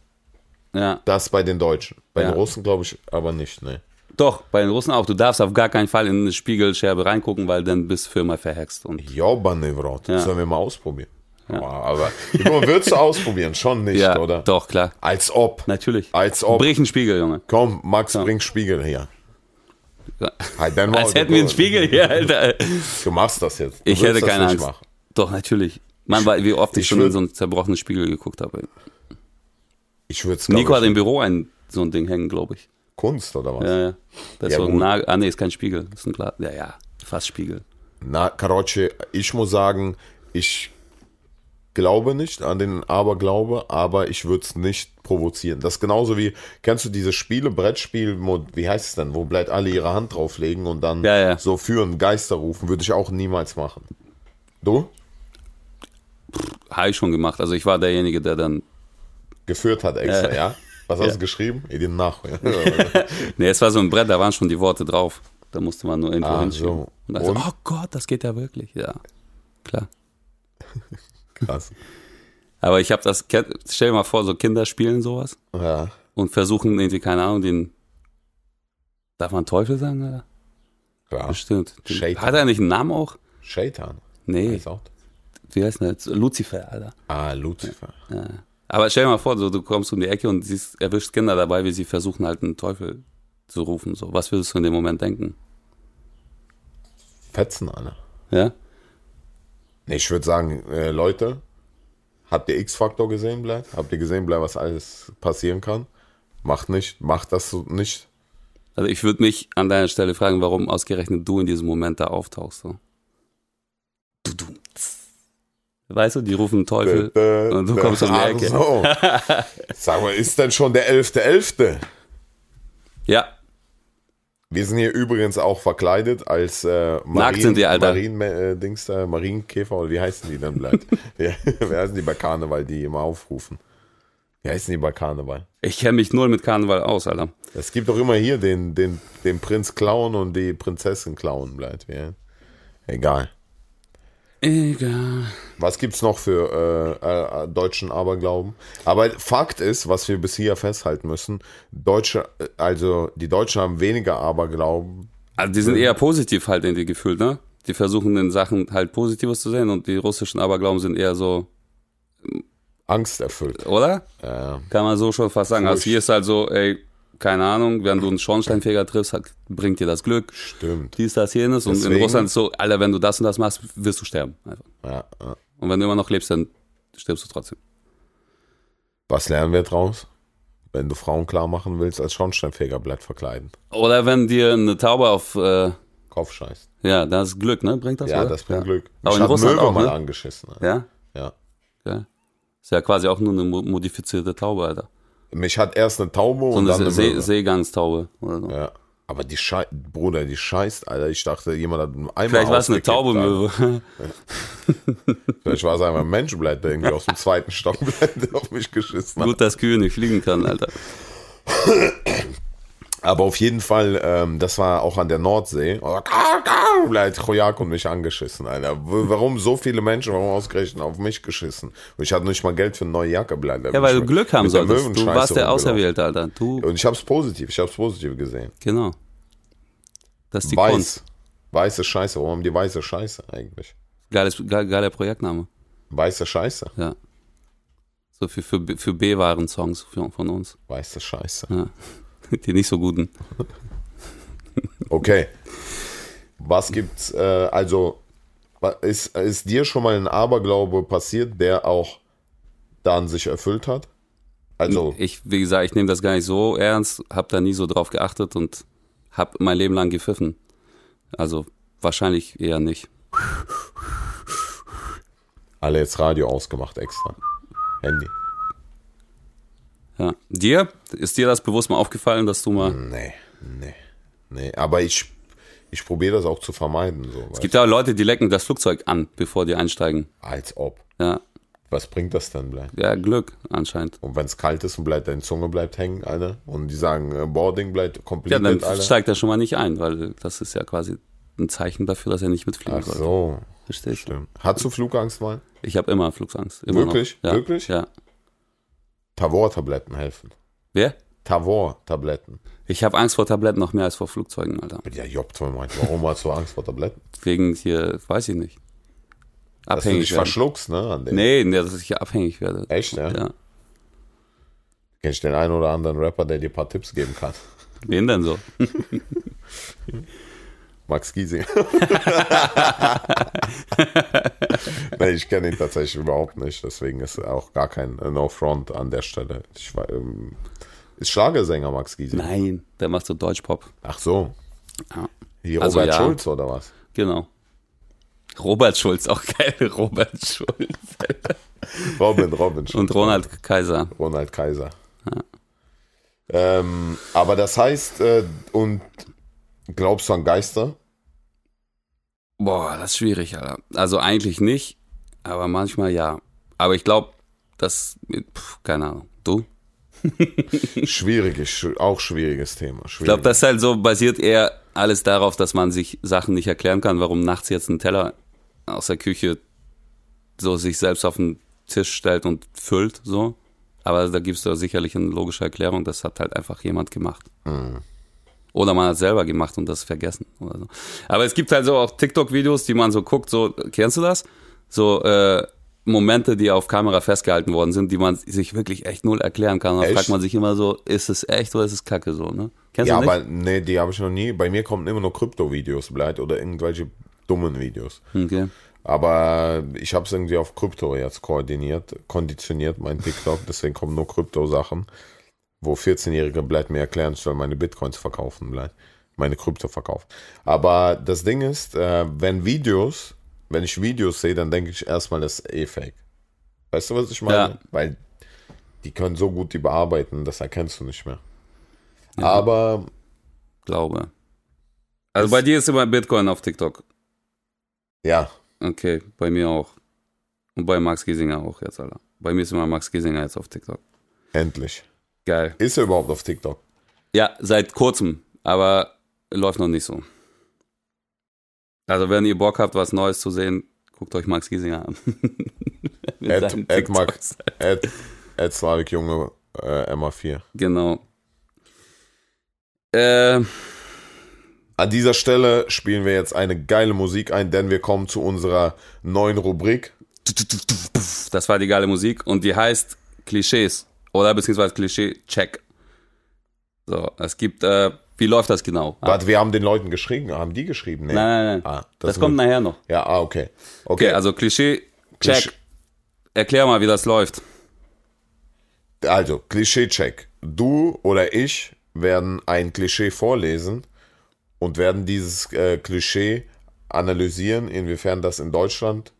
[SPEAKER 2] Ja.
[SPEAKER 1] Das bei den Deutschen. Bei
[SPEAKER 2] Ja.
[SPEAKER 1] den Russen glaube ich aber nicht, ne?
[SPEAKER 2] Doch, bei den Russen auch. Du darfst auf gar keinen Fall in eine Spiegelscherbe reingucken, weil dann bist du für immer verhext. Und
[SPEAKER 1] Jobanne Brot.
[SPEAKER 2] Ja.
[SPEAKER 1] Sollen wir mal ausprobieren. Wow, aber guck mal, würdest du ausprobieren? Schon nicht,
[SPEAKER 2] ja,
[SPEAKER 1] oder?
[SPEAKER 2] doch, klar.
[SPEAKER 1] Als ob.
[SPEAKER 2] Natürlich.
[SPEAKER 1] Als ob.
[SPEAKER 2] Brich einen Spiegel, Junge.
[SPEAKER 1] Komm, Max, bring Spiegel her. Hey, dann
[SPEAKER 2] [LAUGHS] Als hätten wir einen Spiegel hier, Alter.
[SPEAKER 1] Du machst das jetzt. Du
[SPEAKER 2] Ich
[SPEAKER 1] willst
[SPEAKER 2] hätte
[SPEAKER 1] das
[SPEAKER 2] keine
[SPEAKER 1] nicht
[SPEAKER 2] Angst.
[SPEAKER 1] machen.
[SPEAKER 2] Doch, natürlich. Man, weil, wie oft ich,
[SPEAKER 1] ich
[SPEAKER 2] schon
[SPEAKER 1] würd-
[SPEAKER 2] in so einen zerbrochenen Spiegel geguckt habe.
[SPEAKER 1] Ich würde es
[SPEAKER 2] Nico hat im Büro ein, so ein Ding hängen, glaube ich.
[SPEAKER 1] Kunst oder was?
[SPEAKER 2] Ja, ja. Das ist
[SPEAKER 1] Ja,
[SPEAKER 2] so ein
[SPEAKER 1] gut.
[SPEAKER 2] Nagel. Ah, nee, ist kein Spiegel. Ist ein Glas. Ja, ja. Fast Spiegel.
[SPEAKER 1] Na, Karotsche, ich muss sagen, ich glaube nicht an den Aberglaube, aber ich würde es nicht provozieren. Das ist genauso wie, kennst du diese Spiele, Brettspiel, Mo- wie heißt es denn, wo bleibt alle ihre Hand drauflegen und dann
[SPEAKER 2] Ja, ja.
[SPEAKER 1] so führen, Geister rufen, würde ich auch niemals machen. Du?
[SPEAKER 2] Habe ich schon gemacht. Also ich war derjenige, der dann.
[SPEAKER 1] Geführt hat extra, ja? Was hast du geschrieben? In den Nach.
[SPEAKER 2] Nee, es war so ein Brett, da waren schon die Worte drauf. Da musste man nur irgendwo
[SPEAKER 1] Ah,
[SPEAKER 2] hinschieben.
[SPEAKER 1] so.
[SPEAKER 2] Und dann so,
[SPEAKER 1] Und?
[SPEAKER 2] oh Gott, das geht ja wirklich. Ja. Klar.
[SPEAKER 1] Krass.
[SPEAKER 2] Aber ich habe das. kenn- Stell dir mal vor, so Kinder spielen sowas
[SPEAKER 1] Ja.
[SPEAKER 2] und versuchen irgendwie, keine Ahnung, den. Darf man Teufel sagen, Alter?
[SPEAKER 1] Klar.
[SPEAKER 2] Bestimmt. Den-
[SPEAKER 1] Shaitan.
[SPEAKER 2] Hat er nicht einen Namen auch?
[SPEAKER 1] Shaitan.
[SPEAKER 2] Nee.
[SPEAKER 1] Ist auch-
[SPEAKER 2] Wie heißt denn das? Lucifer, Alter.
[SPEAKER 1] Ah, Lucifer.
[SPEAKER 2] Ja. Aber stell dir mal vor, so, du kommst um die Ecke und siehst, erwischst Kinder dabei, wie sie versuchen, halt einen Teufel zu rufen. So, was würdest du in dem Moment denken?
[SPEAKER 1] Fetzen alle.
[SPEAKER 2] Ja?
[SPEAKER 1] Nee, ich würde sagen, äh, Leute, habt ihr X-Faktor gesehen, Blei? Habt ihr gesehen, Blei, was alles passieren kann? Macht nicht, macht das so nicht.
[SPEAKER 2] Also ich würde mich an deiner Stelle fragen, warum ausgerechnet du in diesem Moment da auftauchst. So. Du, du. Weißt du, die rufen einen Teufel. Und du kommst um die
[SPEAKER 1] Ach
[SPEAKER 2] Ecke.
[SPEAKER 1] Äh, ah, So.
[SPEAKER 2] [LAUGHS]
[SPEAKER 1] Sag mal, ist denn schon der 11.11.?
[SPEAKER 2] Ja,
[SPEAKER 1] Wir sind hier übrigens auch verkleidet als äh,
[SPEAKER 2] sind wir, Alter.
[SPEAKER 1] Marien, äh, Dings da, Marienkäfer, oder wie heißen die denn,
[SPEAKER 2] [LAUGHS]
[SPEAKER 1] Blei? ja, wie heißen die bei Karneval, die immer aufrufen? Wie heißen die bei Karneval?
[SPEAKER 2] ich kenne mich null mit Karneval aus, Alter.
[SPEAKER 1] Es gibt doch immer hier den, den, den Prinz Clown und die Prinzessin Clown bleibt. Ja. Egal.
[SPEAKER 2] Egal.
[SPEAKER 1] Was gibt's noch für äh, äh, deutschen Aberglauben? Aber Fakt ist, was wir bis hier festhalten müssen, Deutsche, äh, also die Deutschen haben weniger Aberglauben.
[SPEAKER 2] Also die sind eher positiv halt irgendwie gefühlt, ne? Die versuchen in Sachen halt Positives zu sehen und die russischen Aberglauben sind eher so,
[SPEAKER 1] Angst erfüllt.
[SPEAKER 2] oder?
[SPEAKER 1] Äh,
[SPEAKER 2] Kann man so schon fast sagen. Also
[SPEAKER 1] Furcht.
[SPEAKER 2] hier ist halt so, ey, keine Ahnung, wenn du einen Schornsteinfeger triffst, hat, bringt dir das Glück.
[SPEAKER 1] stimmt.
[SPEAKER 2] Dies, das, jenes. Und in
[SPEAKER 1] Deswegen-
[SPEAKER 2] Russland ist so, Alter, wenn du das und das machst, wirst du sterben. Einfach.
[SPEAKER 1] Ja, ja.
[SPEAKER 2] Und wenn du immer noch lebst, dann stirbst du trotzdem.
[SPEAKER 1] Was lernen wir draus? Wenn du Frauen klar machen willst, als Schornsteinfegerblatt verkleiden.
[SPEAKER 2] Oder wenn dir eine Taube auf, äh,
[SPEAKER 1] Kopfscheiß.
[SPEAKER 2] ja, das ist Glück, ne? Bringt das,
[SPEAKER 1] Ja,
[SPEAKER 2] oder?
[SPEAKER 1] das bringt
[SPEAKER 2] ja.
[SPEAKER 1] Glück.
[SPEAKER 2] Aber
[SPEAKER 1] Mich
[SPEAKER 2] in
[SPEAKER 1] hat
[SPEAKER 2] Russland
[SPEAKER 1] Möwe
[SPEAKER 2] auch,
[SPEAKER 1] mal
[SPEAKER 2] ne?
[SPEAKER 1] angeschissen. Alter.
[SPEAKER 2] Ja,
[SPEAKER 1] ja.
[SPEAKER 2] geil. Ist ja quasi auch nur eine mo- modifizierte Taube, Alter.
[SPEAKER 1] Mich hat erst eine Taube und,
[SPEAKER 2] Und
[SPEAKER 1] dann
[SPEAKER 2] eine
[SPEAKER 1] eine
[SPEAKER 2] See
[SPEAKER 1] Möwe.
[SPEAKER 2] Seegangstaube oder so.
[SPEAKER 1] Ja. Aber die Scheiß, Bruder, die scheißt, Alter. Ich dachte, jemand hat einen Eimer
[SPEAKER 2] Vielleicht war es eine
[SPEAKER 1] ausgekippt,
[SPEAKER 2] Taube,
[SPEAKER 1] Alter.
[SPEAKER 2] Möwe.
[SPEAKER 1] Vielleicht war es einfach ein Mensch, bleibt der irgendwie aus dem zweiten Stock bleibt, der [LAUGHS] auf mich geschissen hat.
[SPEAKER 2] [LAUGHS] Gut, dass Kühe nicht fliegen können, Alter.
[SPEAKER 1] Aber auf jeden Fall, ähm, das war auch an der Nordsee. Oh, Bleibt Choyak und mich angeschissen, Alter. W- Warum so viele Menschen, warum ausgerechnet auf mich geschissen? Und ich hatte nicht mal Geld für eine neue Jacke, bleibt.
[SPEAKER 2] Ja, weil du Glück haben solltest. Du warst der
[SPEAKER 1] Auserwählte.
[SPEAKER 2] Auserwählte, Alter. Du,
[SPEAKER 1] Und ich hab's positiv, ich hab's positiv gesehen.
[SPEAKER 2] genau. Das ist die
[SPEAKER 1] Weiß.
[SPEAKER 2] Kunst.
[SPEAKER 1] Weiße Scheiße. Warum haben die weiße Scheiße eigentlich?
[SPEAKER 2] Geiles, ge- geiler Projektname.
[SPEAKER 1] Weiße Scheiße.
[SPEAKER 2] Ja. So für, für, B- für B-Waren-Songs für- von uns. [LAUGHS]
[SPEAKER 1] Weiße Scheiße.
[SPEAKER 2] Ja. Die nicht so guten.
[SPEAKER 1] Okay. Was gibt's, äh, also, wa- ist, ist dir schon mal ein Aberglaube passiert, der auch dann sich erfüllt hat? Also,
[SPEAKER 2] Ich, wie gesagt, ich nehme das gar nicht so ernst, habe da nie so drauf geachtet und habe mein Leben lang gepfiffen. Also wahrscheinlich eher nicht.
[SPEAKER 1] alle jetzt Radio ausgemacht extra. Handy.
[SPEAKER 2] Ja. Dir? Ist dir das bewusst mal aufgefallen, dass du mal.
[SPEAKER 1] Nee, nee, nee. Aber ich, ich probiere das auch zu vermeiden, so.
[SPEAKER 2] Es
[SPEAKER 1] Weil,
[SPEAKER 2] gibt ja Leute, die lecken das Flugzeug an, bevor die einsteigen.
[SPEAKER 1] als ob.
[SPEAKER 2] Ja,
[SPEAKER 1] Was bringt das denn, bleibt?
[SPEAKER 2] ja Glück anscheinend.
[SPEAKER 1] Und wenn es kalt ist und bleibt deine Zunge bleibt hängen, Alter. Und die sagen, äh, Boarding bleibt
[SPEAKER 2] Ja, dann
[SPEAKER 1] komplett, Alter.
[SPEAKER 2] steigt er schon mal nicht ein, weil das ist ja quasi ein Zeichen dafür, dass er nicht mitfliegen
[SPEAKER 1] Ach
[SPEAKER 2] sollte.
[SPEAKER 1] so.
[SPEAKER 2] Verstehst du?
[SPEAKER 1] Stimmt. Hattest du Flugangst mal?
[SPEAKER 2] Ich habe immer Flugangst. Immer
[SPEAKER 1] Wirklich?
[SPEAKER 2] Noch. Ja.
[SPEAKER 1] Wirklich?
[SPEAKER 2] Ja.
[SPEAKER 1] Tavor-Tabletten helfen.
[SPEAKER 2] Wer?
[SPEAKER 1] Tavor-Tabletten.
[SPEAKER 2] Ich habe Angst vor Tabletten noch mehr als vor Flugzeugen, Alter.
[SPEAKER 1] Ja, Job, toll, Mike. Warum hast du Angst vor Tabletten?
[SPEAKER 2] Wegen hier, weiß ich nicht.
[SPEAKER 1] Dass du
[SPEAKER 2] Abhängig.
[SPEAKER 1] dich
[SPEAKER 2] werden.
[SPEAKER 1] verschluckst, ne? An dem.
[SPEAKER 2] Nee, nee, dass ich hier abhängig werde.
[SPEAKER 1] Echt, ne?
[SPEAKER 2] Ja.
[SPEAKER 1] Kennst du den einen oder anderen Rapper, der dir ein paar Tipps geben kann?
[SPEAKER 2] Wen denn so?
[SPEAKER 1] Max
[SPEAKER 2] [LAUGHS]
[SPEAKER 1] Giesinger. Nein, ich kenne ihn tatsächlich überhaupt nicht, deswegen ist er auch gar kein äh, No Front an der Stelle. Ich, war, ähm, ist Schlagersänger Max Giesinger.
[SPEAKER 2] Nein, der macht so Deutschpop.
[SPEAKER 1] Ach so.
[SPEAKER 2] Ja.
[SPEAKER 1] Wie Robert
[SPEAKER 2] Also ja.
[SPEAKER 1] Schulz oder was?
[SPEAKER 2] Genau. Robert Schulz, auch geil. [LAUGHS] Robert Schulz.
[SPEAKER 1] Robin, Robin Schulz.
[SPEAKER 2] Und Ronald Kaiser.
[SPEAKER 1] Ronald Kaiser. Ähm, aber das heißt, äh, und glaubst du an Geister?
[SPEAKER 2] Boah, das ist schwierig, Alter. Also eigentlich nicht, aber manchmal ja. Aber ich glaube, das, pf, keine Ahnung. Du?
[SPEAKER 1] Schwierig, sch- auch schwieriges Thema. Schwierig.
[SPEAKER 2] Ich glaube, das ist halt so, basiert eher alles darauf, dass man sich Sachen nicht erklären kann, warum nachts jetzt ein Teller aus der Küche so sich selbst auf den Tisch stellt und füllt, so. Aber da gibt's da sicherlich eine logische Erklärung, das hat halt einfach jemand gemacht. Oder man hat selber gemacht und das vergessen oder so. Aber es gibt halt so auch TikTok-Videos, die man so guckt, so, kennst du das? So, äh, Momente, die auf Kamera festgehalten worden sind, die man sich wirklich echt null erklären kann. Da
[SPEAKER 1] Echt?
[SPEAKER 2] fragt man sich immer so, ist es echt oder ist es kacke so, ne? Kennst
[SPEAKER 1] ja,
[SPEAKER 2] du nicht?
[SPEAKER 1] aber nee, die habe ich noch nie. Bei mir kommen immer nur Krypto-Videos bleibt oder irgendwelche dummen Videos.
[SPEAKER 2] Okay.
[SPEAKER 1] Aber ich habe es irgendwie auf Krypto jetzt koordiniert, konditioniert, mein TikTok. Deswegen kommen nur Krypto-Sachen, wo 14-Jährige bleibt mir erklären, ich soll meine Bitcoins verkaufen bleibt. Meine Krypto verkaufen. Aber das Ding ist, äh, wenn Videos, wenn ich Videos sehe, dann denke ich erstmal, das ist eh fake. Weißt du, was ich meine?
[SPEAKER 2] Ja.
[SPEAKER 1] Weil die können so gut die bearbeiten, das erkennst du nicht mehr. Aber
[SPEAKER 2] Glaube. Also bei dir ist immer Bitcoin auf TikTok.
[SPEAKER 1] ja,
[SPEAKER 2] Okay, bei mir auch. Und bei Max Giesinger auch jetzt, Alter. Bei mir ist immer Max Giesinger jetzt auf TikTok.
[SPEAKER 1] endlich.
[SPEAKER 2] Geil.
[SPEAKER 1] Ist er überhaupt auf TikTok?
[SPEAKER 2] Ja, seit kurzem, aber läuft noch nicht so. Also wenn ihr Bock habt, was Neues zu sehen, guckt euch Max Giesinger an. [LAUGHS] Mit
[SPEAKER 1] Ed,
[SPEAKER 2] seinen
[SPEAKER 1] Ed,
[SPEAKER 2] TikToks.
[SPEAKER 1] Max, Ed, Ed Slavik Junge äh, MA4.
[SPEAKER 2] Genau. Äh,
[SPEAKER 1] An dieser Stelle spielen wir jetzt eine geile Musik ein, denn wir kommen zu unserer neuen Rubrik.
[SPEAKER 2] das war die geile Musik und die heißt Klischees oder beziehungsweise Klischee-Check. So, es gibt, äh, wie läuft das genau? Ah,
[SPEAKER 1] Warte, wir haben den Leuten geschrieben. Haben die geschrieben? Nee.
[SPEAKER 2] nein, nein, nein.
[SPEAKER 1] Ah,
[SPEAKER 2] das kommt nachher noch.
[SPEAKER 1] Ja, ah, okay. Okay,
[SPEAKER 2] Okay, also
[SPEAKER 1] Klisch-
[SPEAKER 2] Klischee-Check. Erklär mal, wie das läuft.
[SPEAKER 1] also Klischee-Check. Du oder ich werden ein Klischee vorlesen und werden dieses äh, Klischee analysieren, inwiefern das in Deutschland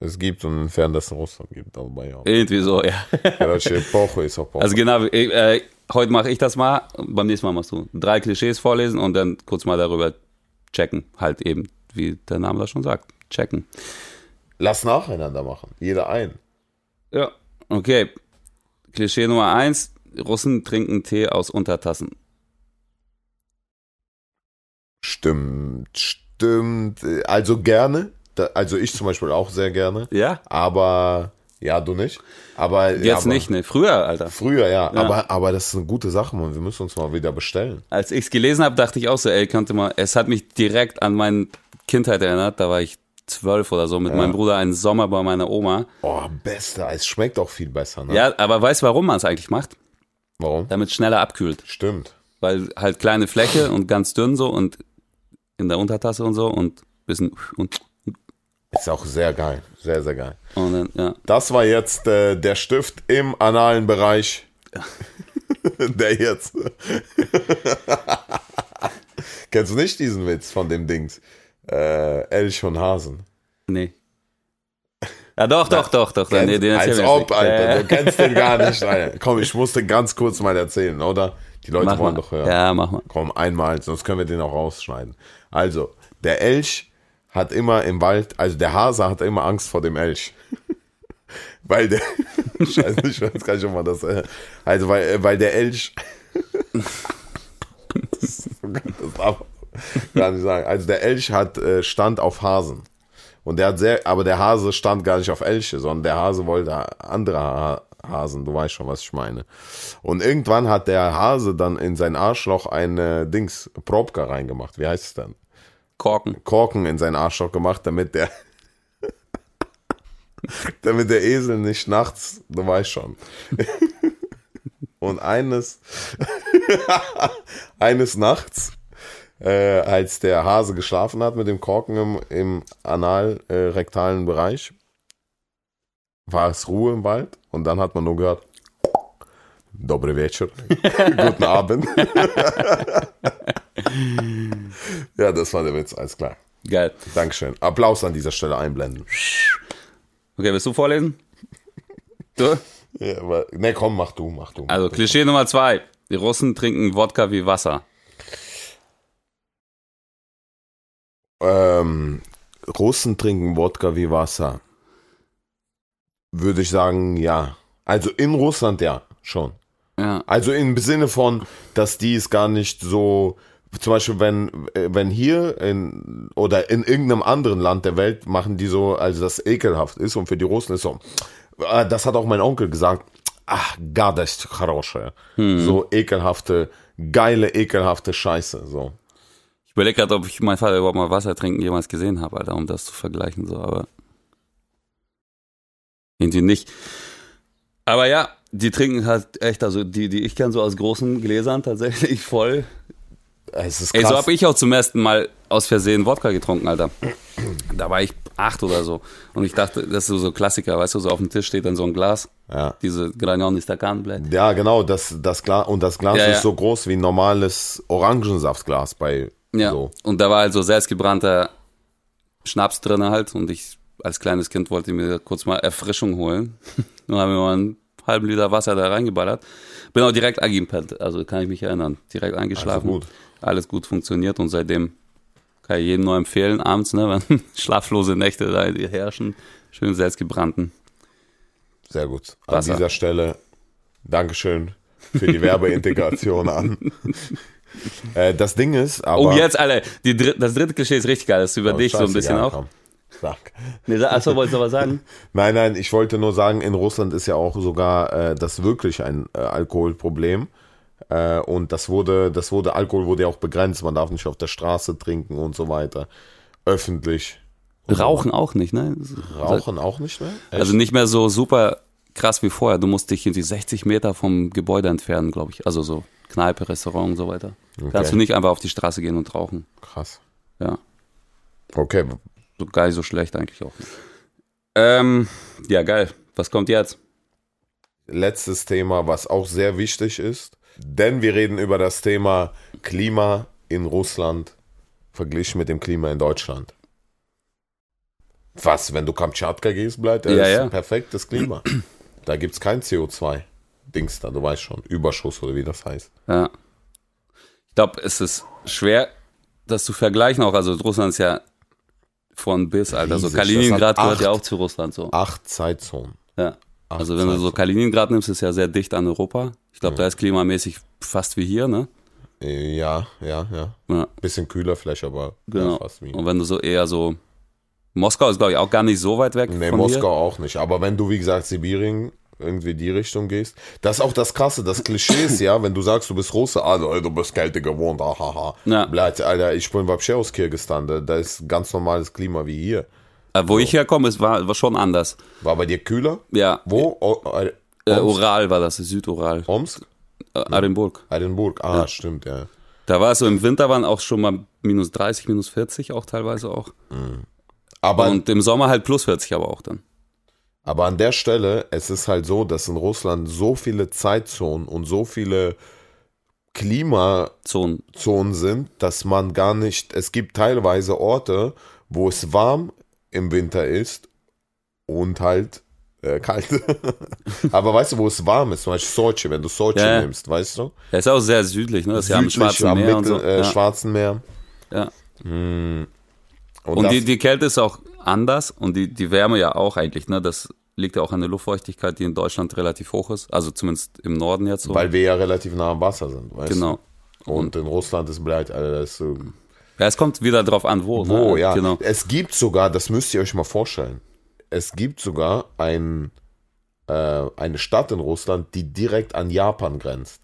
[SPEAKER 1] es gibt und inwiefern das in Russland gibt. Aber ja,
[SPEAKER 2] Irgendwie so, ja.
[SPEAKER 1] Короче, Epoche ist Epoche.
[SPEAKER 2] Also genau, ich, äh, heute mache ich das mal, beim nächsten Mal machst du drei Klischees vorlesen und dann kurz mal darüber checken. Halt eben, wie der Name das schon sagt. Checken.
[SPEAKER 1] Lass nacheinander machen. Jeder ein.
[SPEAKER 2] Ja. Okay. Klischee Nummer eins. Russen trinken Tee aus Untertassen.
[SPEAKER 1] Stimmt, stimmt. Also gerne. Da- Also ich zum Beispiel auch sehr gerne.
[SPEAKER 2] Ja?
[SPEAKER 1] Aber ja, du nicht. Aber
[SPEAKER 2] Jetzt
[SPEAKER 1] aber,
[SPEAKER 2] nicht, ne? Früher, Alter.
[SPEAKER 1] Früher ja. Aber, aber das ist eine gute Sache, Mann. Wir müssen uns mal wieder bestellen.
[SPEAKER 2] Als ich es gelesen habe, dachte ich auch so, ey, könnte mal. Es hat mich direkt an meine Kindheit erinnert. Da war ich zwölf oder so mit meinem Bruder einen Sommer bei meiner Oma.
[SPEAKER 1] Oh, beste Eis. Schmeckt auch viel besser, ne?
[SPEAKER 2] Ja, aber weißt du, warum man es eigentlich macht?
[SPEAKER 1] Warum?
[SPEAKER 2] Damit es schneller abkühlt.
[SPEAKER 1] Stimmt.
[SPEAKER 2] Weil halt kleine Fläche und ganz dünn so und in der Untertasse und so und bisschen und,
[SPEAKER 1] Ist auch sehr geil. Sehr, sehr geil.
[SPEAKER 2] und dann, ja.
[SPEAKER 1] Das war jetzt äh, der Stift im analen Bereich. [LAUGHS] der jetzt. [LAUGHS] Kennst du nicht diesen Witz von dem Dings? Äh, Elch und Hasen.
[SPEAKER 2] Nee. Ja, doch, doch, doch, doch.
[SPEAKER 1] Kennst,
[SPEAKER 2] Nee, den erzählen
[SPEAKER 1] als ob,
[SPEAKER 2] wir jetzt nicht. Äh.
[SPEAKER 1] Alter.
[SPEAKER 2] Ja, ja.
[SPEAKER 1] Du kennst den gar
[SPEAKER 2] [LAUGHS]
[SPEAKER 1] nicht. Alter. Komm, ich musste ganz kurz mal erzählen, oder? Die Leute
[SPEAKER 2] Mach
[SPEAKER 1] wollen
[SPEAKER 2] mal.
[SPEAKER 1] doch hören.
[SPEAKER 2] Ja, mach mal.
[SPEAKER 1] Komm, einmal, sonst können wir den auch rausschneiden. Also, der Elch hat immer im Wald, also der Hase hat immer Angst vor dem Elch. [LAUGHS] weil der, [LAUGHS] scheiße, ich weiß gar nicht, ob man das, äh, also weil, äh, weil der Elch, das, ist so geil, das darf, Kann ich sagen. Also der Elch hat äh, stand auf Hasen. Und der hat sehr, aber der Hase stand gar nicht auf Elche, sondern der Hase wollte andere ha Hasen, du weißt schon, was ich meine. Und irgendwann hat der Hase dann in sein Arschloch eine Dings, Probka reingemacht. Wie heißt es dann?
[SPEAKER 2] Korken.
[SPEAKER 1] Korken in sein Arschloch gemacht, damit der [LAUGHS] damit der Esel nicht nachts, du weißt schon. Und eines [LAUGHS] eines Nachts, äh, als der Hase geschlafen hat mit dem Korken im, im anal-rektalen Bereich, war es Ruhe im Wald und dann hat man nur gehört, Dobre Вечер, guten Abend. [LAUGHS] ja, das war der Witz, alles klar.
[SPEAKER 2] Geil.
[SPEAKER 1] Dankeschön. Applaus an dieser Stelle einblenden.
[SPEAKER 2] Okay, willst
[SPEAKER 1] [LAUGHS]
[SPEAKER 2] du vorlesen? Du?
[SPEAKER 1] Ja, aber, ne, komm, mach du, mach du.
[SPEAKER 2] Also Klischee Nummer zwei. Die Russen trinken Wodka wie Wasser.
[SPEAKER 1] Ähm, Russen trinken Wodka wie Wasser. Würde ich sagen, ja. Also in Russland ja, schon.
[SPEAKER 2] Ja.
[SPEAKER 1] Also im Sinne von, dass die es gar nicht so. Zum Beispiel, wenn, äh, wenn hier in, oder in irgendeinem anderen Land der Welt machen die so, also das ekelhaft ist und für die Russen ist so, äh, das hat auch mein Onkel gesagt, ach, gadost хорошая. So ekelhafte, geile, ekelhafte Scheiße, so.
[SPEAKER 2] Ich überlege gerade, ob ich meinen Vater überhaupt mal Wasser trinken jemals gesehen habe, Alter, um das zu vergleichen, so, aber. Irgendwie nicht. Aber ja, die trinken halt echt, also die, die ich kenne, so aus großen Gläsern tatsächlich voll.
[SPEAKER 1] Es ist
[SPEAKER 2] Ey, so
[SPEAKER 1] krass.
[SPEAKER 2] habe ich auch zum ersten Mal aus Versehen Wodka getrunken, Alter. Da war ich acht oder so. Und ich dachte, das ist so, so Klassiker, weißt du, so auf dem Tisch steht dann so ein Glas.
[SPEAKER 1] Ja.
[SPEAKER 2] Diese Granion Stakanblätter.
[SPEAKER 1] Ja, genau, das, das Glas, und das Glas
[SPEAKER 2] Ja,
[SPEAKER 1] ist
[SPEAKER 2] ja.
[SPEAKER 1] so groß wie ein normales Orangensaftglas bei
[SPEAKER 2] Ja.
[SPEAKER 1] so.
[SPEAKER 2] Und da war halt so selbstgebrannter Schnaps drin halt. Und ich als kleines Kind wollte mir kurz mal
[SPEAKER 1] [LAUGHS]
[SPEAKER 2] Erfrischung holen. Dann haben wir mal einen halben Liter Wasser da reingeballert. Bin auch direkt angepennt, also kann ich mich erinnern. Direkt eingeschlafen.
[SPEAKER 1] Also gut.
[SPEAKER 2] Alles gut funktioniert und seitdem kann ich jedem nur empfehlen, abends, ne, [LAUGHS] wenn schlaflose Nächte da herrschen, schön selbstgebrannten.
[SPEAKER 1] Sehr gut. An
[SPEAKER 2] Wasser.
[SPEAKER 1] dieser Stelle Dankeschön für die Werbeintegration
[SPEAKER 2] [LAUGHS]
[SPEAKER 1] an. Äh, das Ding ist, aber.
[SPEAKER 2] Oh, jetzt alle. Die dritt, das dritte Klischee ist richtig geil. Das ist über
[SPEAKER 1] Oh,
[SPEAKER 2] dich so ein
[SPEAKER 1] scheiße,
[SPEAKER 2] bisschen
[SPEAKER 1] ja,
[SPEAKER 2] auch.
[SPEAKER 1] komm. Sag.
[SPEAKER 2] Nee, sa- achso, wolltest du was sagen?
[SPEAKER 1] Nein, nein, ich wollte nur sagen, in Russland ist ja auch sogar äh, das wirklich ein äh, Alkoholproblem. Äh, und das wurde, das wurde, Alkohol wurde ja auch begrenzt. Man darf nicht auf der Straße trinken und so weiter. Öffentlich.
[SPEAKER 2] Rauchen auch nicht, ne?
[SPEAKER 1] Rauchen auch nicht mehr?
[SPEAKER 2] Also nicht mehr so super krass wie vorher. Du musst dich irgendwie 60 Meter vom Gebäude entfernen, glaube ich. Also so Kneipe, Restaurant und so weiter. Kannst du nicht einfach auf die Straße gehen und rauchen.
[SPEAKER 1] Krass.
[SPEAKER 2] Ja,
[SPEAKER 1] Okay,
[SPEAKER 2] so geil, so schlecht eigentlich auch. Nicht. Ähm, ja, geil. Was kommt jetzt?
[SPEAKER 1] letztes Thema, was auch sehr wichtig ist, denn wir reden über das Thema Klima in Russland verglichen mit dem Klima in Deutschland. Was, wenn du Kamtschatka gehst, bleibt das
[SPEAKER 2] Ja,
[SPEAKER 1] ist
[SPEAKER 2] ja.
[SPEAKER 1] ein perfektes Klima. Da gibt es kein CO2-Dings da, du weißt schon, Überschuss oder wie das heißt.
[SPEAKER 2] Ja. Ich glaube, es ist schwer, das zu vergleichen auch. Also Russland ist ja von bis, Alter. So
[SPEAKER 1] Riesig. Das hat
[SPEAKER 2] Kaliningrad gehört
[SPEAKER 1] acht-
[SPEAKER 2] ja auch zu Russland so.
[SPEAKER 1] Acht Zeitzonen.
[SPEAKER 2] Ja.
[SPEAKER 1] Acht
[SPEAKER 2] Also wenn du so
[SPEAKER 1] Zeitzonen.
[SPEAKER 2] Kaliningrad nimmst, ist ja sehr dicht an Europa. Ich glaube, da ist klimamäßig fast wie hier, ne?
[SPEAKER 1] Äh, Ja, ja, ja.
[SPEAKER 2] Ja.
[SPEAKER 1] Bisschen kühler vielleicht, aber ja,
[SPEAKER 2] Genau.
[SPEAKER 1] fast wie.
[SPEAKER 2] Und wenn du so eher so. Moskau ist, glaube ich, auch gar nicht so weit weg.
[SPEAKER 1] Nee,
[SPEAKER 2] von
[SPEAKER 1] Moskau
[SPEAKER 2] Hier.
[SPEAKER 1] auch nicht. Aber wenn du, wie gesagt, Sibirien irgendwie die Richtung gehst, das ist auch das Krasse, das Klischee ist ja, wenn du sagst, du bist Russe, also du bist Kälte gewohnt, ah, ahaha.
[SPEAKER 2] Ja.
[SPEAKER 1] Bleibt, Alter, ich bin вообще aus Kirgistan, da, da ist ganz normales Klima wie hier.
[SPEAKER 2] Äh, wo ich herkomme, ist, war, war schon anders.
[SPEAKER 1] War bei dir kühler?
[SPEAKER 2] Ja.
[SPEAKER 1] Wo? O, äh,
[SPEAKER 2] Äh,
[SPEAKER 1] Omsk?
[SPEAKER 2] Ural war das, Südural.
[SPEAKER 1] Omsk?
[SPEAKER 2] Äh, Arenburg.
[SPEAKER 1] Edinburgh? Ah, stimmt, ja.
[SPEAKER 2] Da war es so, im Winter waren auch schon mal minus 30, minus 40 auch teilweise auch.
[SPEAKER 1] Aber
[SPEAKER 2] Und im Sommer halt plus 40 aber auch dann.
[SPEAKER 1] Aber an der Stelle, es ist halt so, dass in Russland so viele Zeitzonen und so viele Klimazonen
[SPEAKER 2] Zonen.
[SPEAKER 1] sind, dass man gar nicht, es gibt teilweise Orte, wo es warm im Winter ist und halt äh, kalt. [LAUGHS] Aber weißt du, wo es warm ist? Zum Beispiel Sochi, wenn du Sochi
[SPEAKER 2] Ja, ja.
[SPEAKER 1] nimmst, weißt du?
[SPEAKER 2] Er ist auch sehr südlich, ne? Das ist ja am
[SPEAKER 1] Südlich
[SPEAKER 2] Schwarzen
[SPEAKER 1] am Mittel,
[SPEAKER 2] Meer und so.
[SPEAKER 1] äh,
[SPEAKER 2] ja.
[SPEAKER 1] Schwarzen Meer.
[SPEAKER 2] Ja.
[SPEAKER 1] Und,
[SPEAKER 2] Und
[SPEAKER 1] das,
[SPEAKER 2] die, die Kälte ist auch anders und die, die Wärme ja auch eigentlich, ne? Das liegt ja auch an der Luftfeuchtigkeit, die in Deutschland relativ hoch ist. Also zumindest im Norden jetzt so.
[SPEAKER 1] weil wir ja relativ nah am Wasser sind, weißt du?
[SPEAKER 2] genau.
[SPEAKER 1] Und in Russland ist bleibt, Alter, äh, das ähm, ist so
[SPEAKER 2] Ja, es kommt wieder drauf an, wo.
[SPEAKER 1] Wo,
[SPEAKER 2] ne?
[SPEAKER 1] ja.
[SPEAKER 2] Genau.
[SPEAKER 1] Es gibt sogar, das müsst ihr euch mal vorstellen, es gibt sogar ein, äh, eine Stadt in Russland, die direkt an Japan grenzt.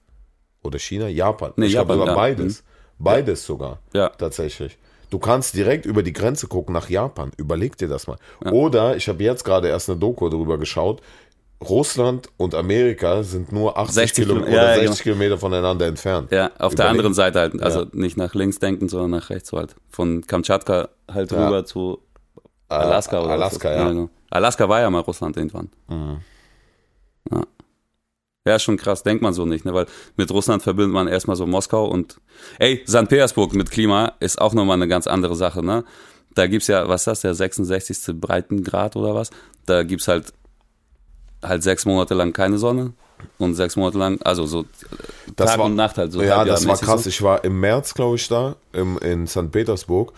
[SPEAKER 1] Oder China? Japan.
[SPEAKER 2] Nee,
[SPEAKER 1] ich glaub,
[SPEAKER 2] Japan,
[SPEAKER 1] sogar
[SPEAKER 2] ja. Hm.
[SPEAKER 1] beides. Beides sogar.
[SPEAKER 2] Ja.
[SPEAKER 1] Tatsächlich. Du kannst direkt über die Grenze gucken nach Japan. Überleg dir das mal. Oder, ich habe jetzt gerade erst eine Doku darüber geschaut, Russland und Amerika sind nur 80
[SPEAKER 2] 60
[SPEAKER 1] Kilometer,
[SPEAKER 2] Kilometer, ja, ja,
[SPEAKER 1] 60 Kilometer voneinander entfernt.
[SPEAKER 2] Ja, auf der
[SPEAKER 1] Überleg-
[SPEAKER 2] anderen Seite halt. Also
[SPEAKER 1] Ja.
[SPEAKER 2] nicht nach links denken, sondern nach rechts halt. Von Kamtschatka halt rüber zu
[SPEAKER 1] Äh,
[SPEAKER 2] Alaska oder
[SPEAKER 1] Alaska,
[SPEAKER 2] was.
[SPEAKER 1] ja. Mhm.
[SPEAKER 2] genau. Alaska war ja mal Russland irgendwann. Ja. ja, schon krass, denkt man so nicht, ne? weil mit Russland verbindet man erstmal so Moskau und ey, St. Petersburg mit Klima ist auch nochmal eine ganz andere Sache, ne? Da gibt's ja, was ist das, der 66. Breitengrad oder was? Da gibt's halt halt sechs Monate lang keine Sonne und sechs Monate lang, also so
[SPEAKER 1] Das
[SPEAKER 2] Tag
[SPEAKER 1] war-
[SPEAKER 2] und Nacht halt so.
[SPEAKER 1] ja, das war
[SPEAKER 2] halbjahrmäßig
[SPEAKER 1] krass.
[SPEAKER 2] so.
[SPEAKER 1] Ich war im März, glaube ich, da im, in St. Petersburg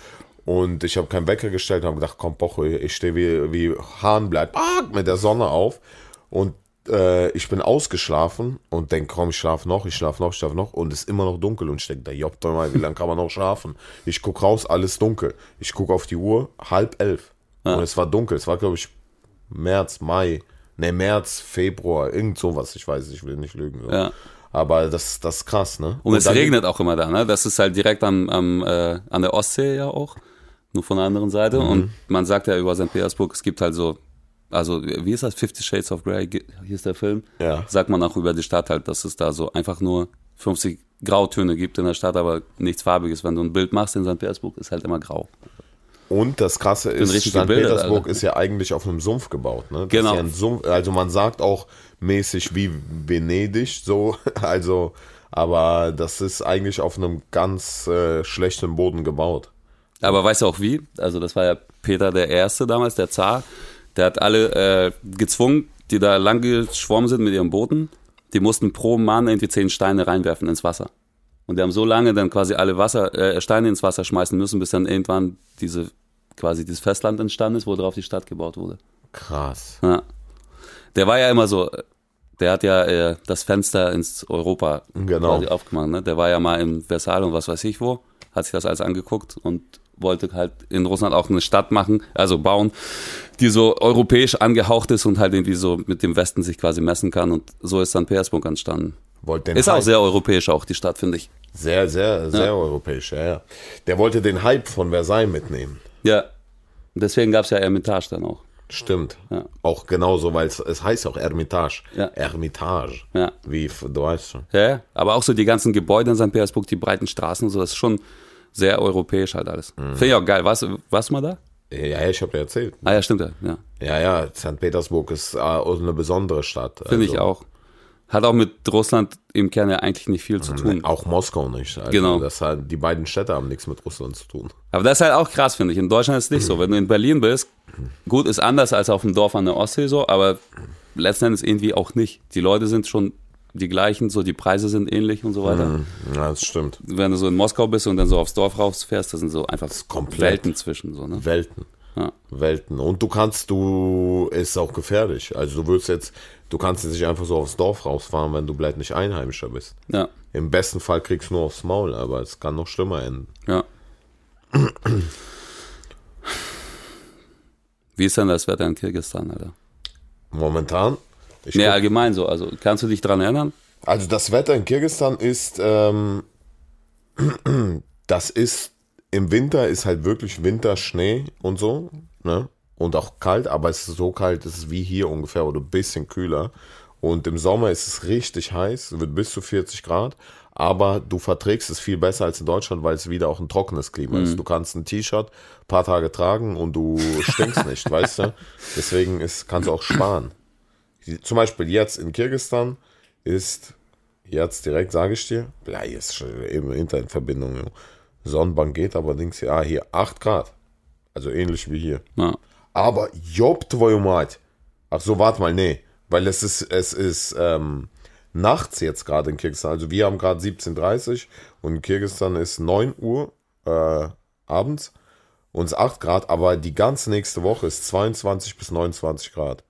[SPEAKER 1] und ich habe keinen Wecker gestellt und habe gedacht, komm, Poche, ich stehe wie, wie Hahn bleibt mit der Sonne auf und äh, ich bin ausgeschlafen und denke, komm, ich schlafe noch, ich schlafe noch, ich schlafe noch und es ist immer noch dunkel und ich denke, da joppt doch mal, wie lange kann man noch schlafen? Ich gucke raus, alles dunkel. Ich gucke auf die Uhr, halb elf
[SPEAKER 2] Ah.
[SPEAKER 1] und es war dunkel. Es war, glaube ich, März, Mai, ne, März, Februar, irgend sowas. Ich weiß, ich will nicht lügen. So.
[SPEAKER 2] Ja.
[SPEAKER 1] Aber das, das ist krass, ne?
[SPEAKER 2] Und es
[SPEAKER 1] dann-
[SPEAKER 2] regnet auch immer da, ne? Das ist halt direkt am, am, äh, an der Ostsee ja auch, nur von der anderen Seite.
[SPEAKER 1] Mhm.
[SPEAKER 2] Und man sagt ja über St. Petersburg, es gibt halt so, also wie ist das, Fifty Shades of Grey, Ge- hier ist der Film,
[SPEAKER 1] Ja.
[SPEAKER 2] sagt man auch über die Stadt halt, dass es da so einfach nur 50 Grautöne gibt in der Stadt, aber nichts Farbiges. Wenn du ein Bild machst in St. Petersburg, ist halt immer grau.
[SPEAKER 1] Und das Krasse ist,
[SPEAKER 2] richtig
[SPEAKER 1] St.
[SPEAKER 2] gebildet,
[SPEAKER 1] Petersburg
[SPEAKER 2] Alter.
[SPEAKER 1] ist ja eigentlich auf einem Sumpf gebaut. Ne? Das
[SPEAKER 2] Genau.
[SPEAKER 1] Ist ja ein Sumpf, also man sagt auch mäßig wie Venedig, so. [LAUGHS] Also, aber das ist eigentlich auf einem ganz äh, schlechten Boden gebaut.
[SPEAKER 2] Aber weißt du auch wie? Also das war ja Peter der Erste damals, der Zar. Der hat alle äh, gezwungen, die da lang geschwommen sind mit ihren Booten. Die mussten pro Mann irgendwie zehn Steine reinwerfen ins Wasser. Und die haben so lange dann quasi alle Wasser, äh, Steine ins Wasser schmeißen müssen, bis dann irgendwann diese quasi dieses Festland entstanden ist, worauf die Stadt gebaut wurde.
[SPEAKER 1] Krass.
[SPEAKER 2] Ja. Der war ja immer so, äh, der hat ja äh, das Fenster ins Europa
[SPEAKER 1] Genau.
[SPEAKER 2] quasi aufgemacht. Ne? Der war ja mal in Versailles und was weiß ich wo, hat sich das alles angeguckt und wollte halt in Russland auch eine Stadt machen, also bauen, die so europäisch angehaucht ist und halt irgendwie so mit dem Westen sich quasi messen kann. Und so ist St. Petersburg entstanden.
[SPEAKER 1] Wollt den
[SPEAKER 2] Ist auch
[SPEAKER 1] Hype-
[SPEAKER 2] sehr europäisch auch, die Stadt, finde ich.
[SPEAKER 1] sehr, sehr, sehr europäisch, ja, ja. Der wollte den Hype von Versailles mitnehmen.
[SPEAKER 2] Ja. Deswegen gab es ja Ermitage dann auch.
[SPEAKER 1] Stimmt.
[SPEAKER 2] Ja.
[SPEAKER 1] Auch genauso, weil es, es heißt auch Ermitage.
[SPEAKER 2] Ja.
[SPEAKER 1] Ermitage.
[SPEAKER 2] Ja.
[SPEAKER 1] Wie, f- du weißt schon.
[SPEAKER 2] Ja, ja. aber auch so die ganzen Gebäude in St. Petersburg, die breiten Straßen und so, das ist schon sehr europäisch halt alles. Finde ich auch geil. Warst, du- warst du mal da?
[SPEAKER 1] Ja, ja, ich habe dir erzählt.
[SPEAKER 2] Ah ja, stimmt ja. ja.
[SPEAKER 1] Ja, ja, St. Petersburg ist äh, eine besondere Stadt. Also
[SPEAKER 2] Finde ich auch. Hat auch mit Russland im Kern ja eigentlich nicht viel zu tun.
[SPEAKER 1] Auch Moskau nicht. Also
[SPEAKER 2] Genau.
[SPEAKER 1] Das hat, die beiden Städte haben nichts mit Russland zu
[SPEAKER 2] [LAUGHS]
[SPEAKER 1] tun.
[SPEAKER 2] Aber das ist halt auch krass, finde ich. In Deutschland ist es nicht so. Wenn du in Berlin bist, gut, ist anders als auf dem Dorf an der Ostsee so, aber letzten Endes irgendwie auch nicht. Die Leute sind schon die gleichen, so die Preise sind ähnlich und so weiter.
[SPEAKER 1] Mhm. Ja, das stimmt.
[SPEAKER 2] Wenn du so in Moskau bist und dann so aufs Dorf rausfährst, das sind so einfach
[SPEAKER 1] komplett.
[SPEAKER 2] Welten zwischen so, ne?
[SPEAKER 1] Welten.
[SPEAKER 2] Ja.
[SPEAKER 1] Welten. Und du kannst, du, ist auch gefährlich. Also du würdest jetzt, du kannst jetzt nicht einfach so aufs Dorf rausfahren, wenn du vielleicht nicht Einheimischer bist.
[SPEAKER 2] Ja.
[SPEAKER 1] Im besten Fall kriegst du nur aufs Maul, aber es kann noch schlimmer enden.
[SPEAKER 2] Ja. Wie ist denn das Wetter in Kirgisistan, Alter?
[SPEAKER 1] Momentan. Ich
[SPEAKER 2] Nee,
[SPEAKER 1] guck-
[SPEAKER 2] allgemein so. Also, kannst du dich dran erinnern?
[SPEAKER 1] Also das Wetter in Kirgisistan ist, ähm, [CLEARS THROAT] das ist, im Winter ist halt wirklich Winter, Schnee und so, ne? Und auch kalt, aber es ist so kalt, es ist wie hier ungefähr oder ein bisschen kühler. Und im Sommer ist es richtig heiß, wird bis zu 40 Grad, aber du verträgst es viel besser als in Deutschland, weil es wieder auch ein trockenes Klima ist. Du kannst ein T-Shirt ein paar Tage tragen und du stinkst nicht, weißt du? Deswegen ist, kannst du auch sparen. Die- Zum Beispiel jetzt in Kirgisistan ist jetzt direkt, sage ich dir, Blei ist schon eben Internetverbindung. jo. Sonnenbank geht allerdings, ja, hier 8 Grad. Also ähnlich wie hier.
[SPEAKER 2] Ja.
[SPEAKER 1] Aber job твою мать. Ach so, warte mal, nee. Weil es ist, es ist ähm, nachts jetzt gerade in Kirgisistan. Also wir haben gerade 17.30 Uhr und in Kirgisistan ist 9 Uhr äh, abends und es ist 8 Grad, aber die ganze nächste Woche ist 22 bis 29 Grad.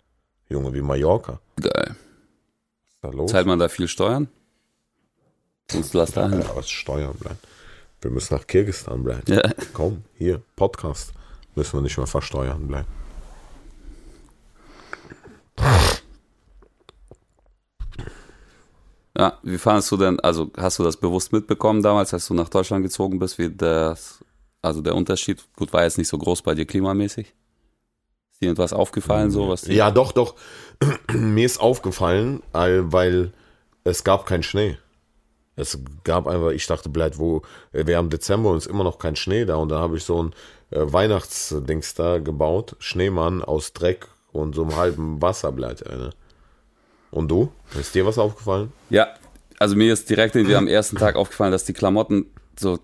[SPEAKER 1] Junge, wie Mallorca.
[SPEAKER 2] Geil.
[SPEAKER 1] Was ist da los?
[SPEAKER 2] Zahlt man da viel Steuern? Sonst lass da
[SPEAKER 1] Ja,
[SPEAKER 2] hin.
[SPEAKER 1] aber es ist Steuern bleibt. Wir müssen nach Kirgistan bleiben.
[SPEAKER 2] Ja.
[SPEAKER 1] Komm, hier, Podcast. Müssen wir nicht mehr versteuern bleiben.
[SPEAKER 2] Ja, wie fandest du denn, also hast du das bewusst mitbekommen damals, als du nach Deutschland gezogen bist, wie das, also der Unterschied, gut, war jetzt nicht so groß bei dir klimamäßig? Ist dir irgendwas aufgefallen, so was? die-
[SPEAKER 1] Ja, doch, doch. [CLEARS THROAT] Mir ist aufgefallen, all- weil es gab keinen Schnee. Es gab einfach, ich dachte, bleibt wo, wir haben Dezember und es ist immer noch kein Schnee da. Und da habe ich so ein äh, Weihnachtsdings da gebaut, Schneemann aus Dreck und so einem halben Wasserblatt. Alter. Und du? Ist dir was aufgefallen?
[SPEAKER 2] Ja, also mir ist direkt irgendwie am ersten Tag aufgefallen, dass die Klamotten so,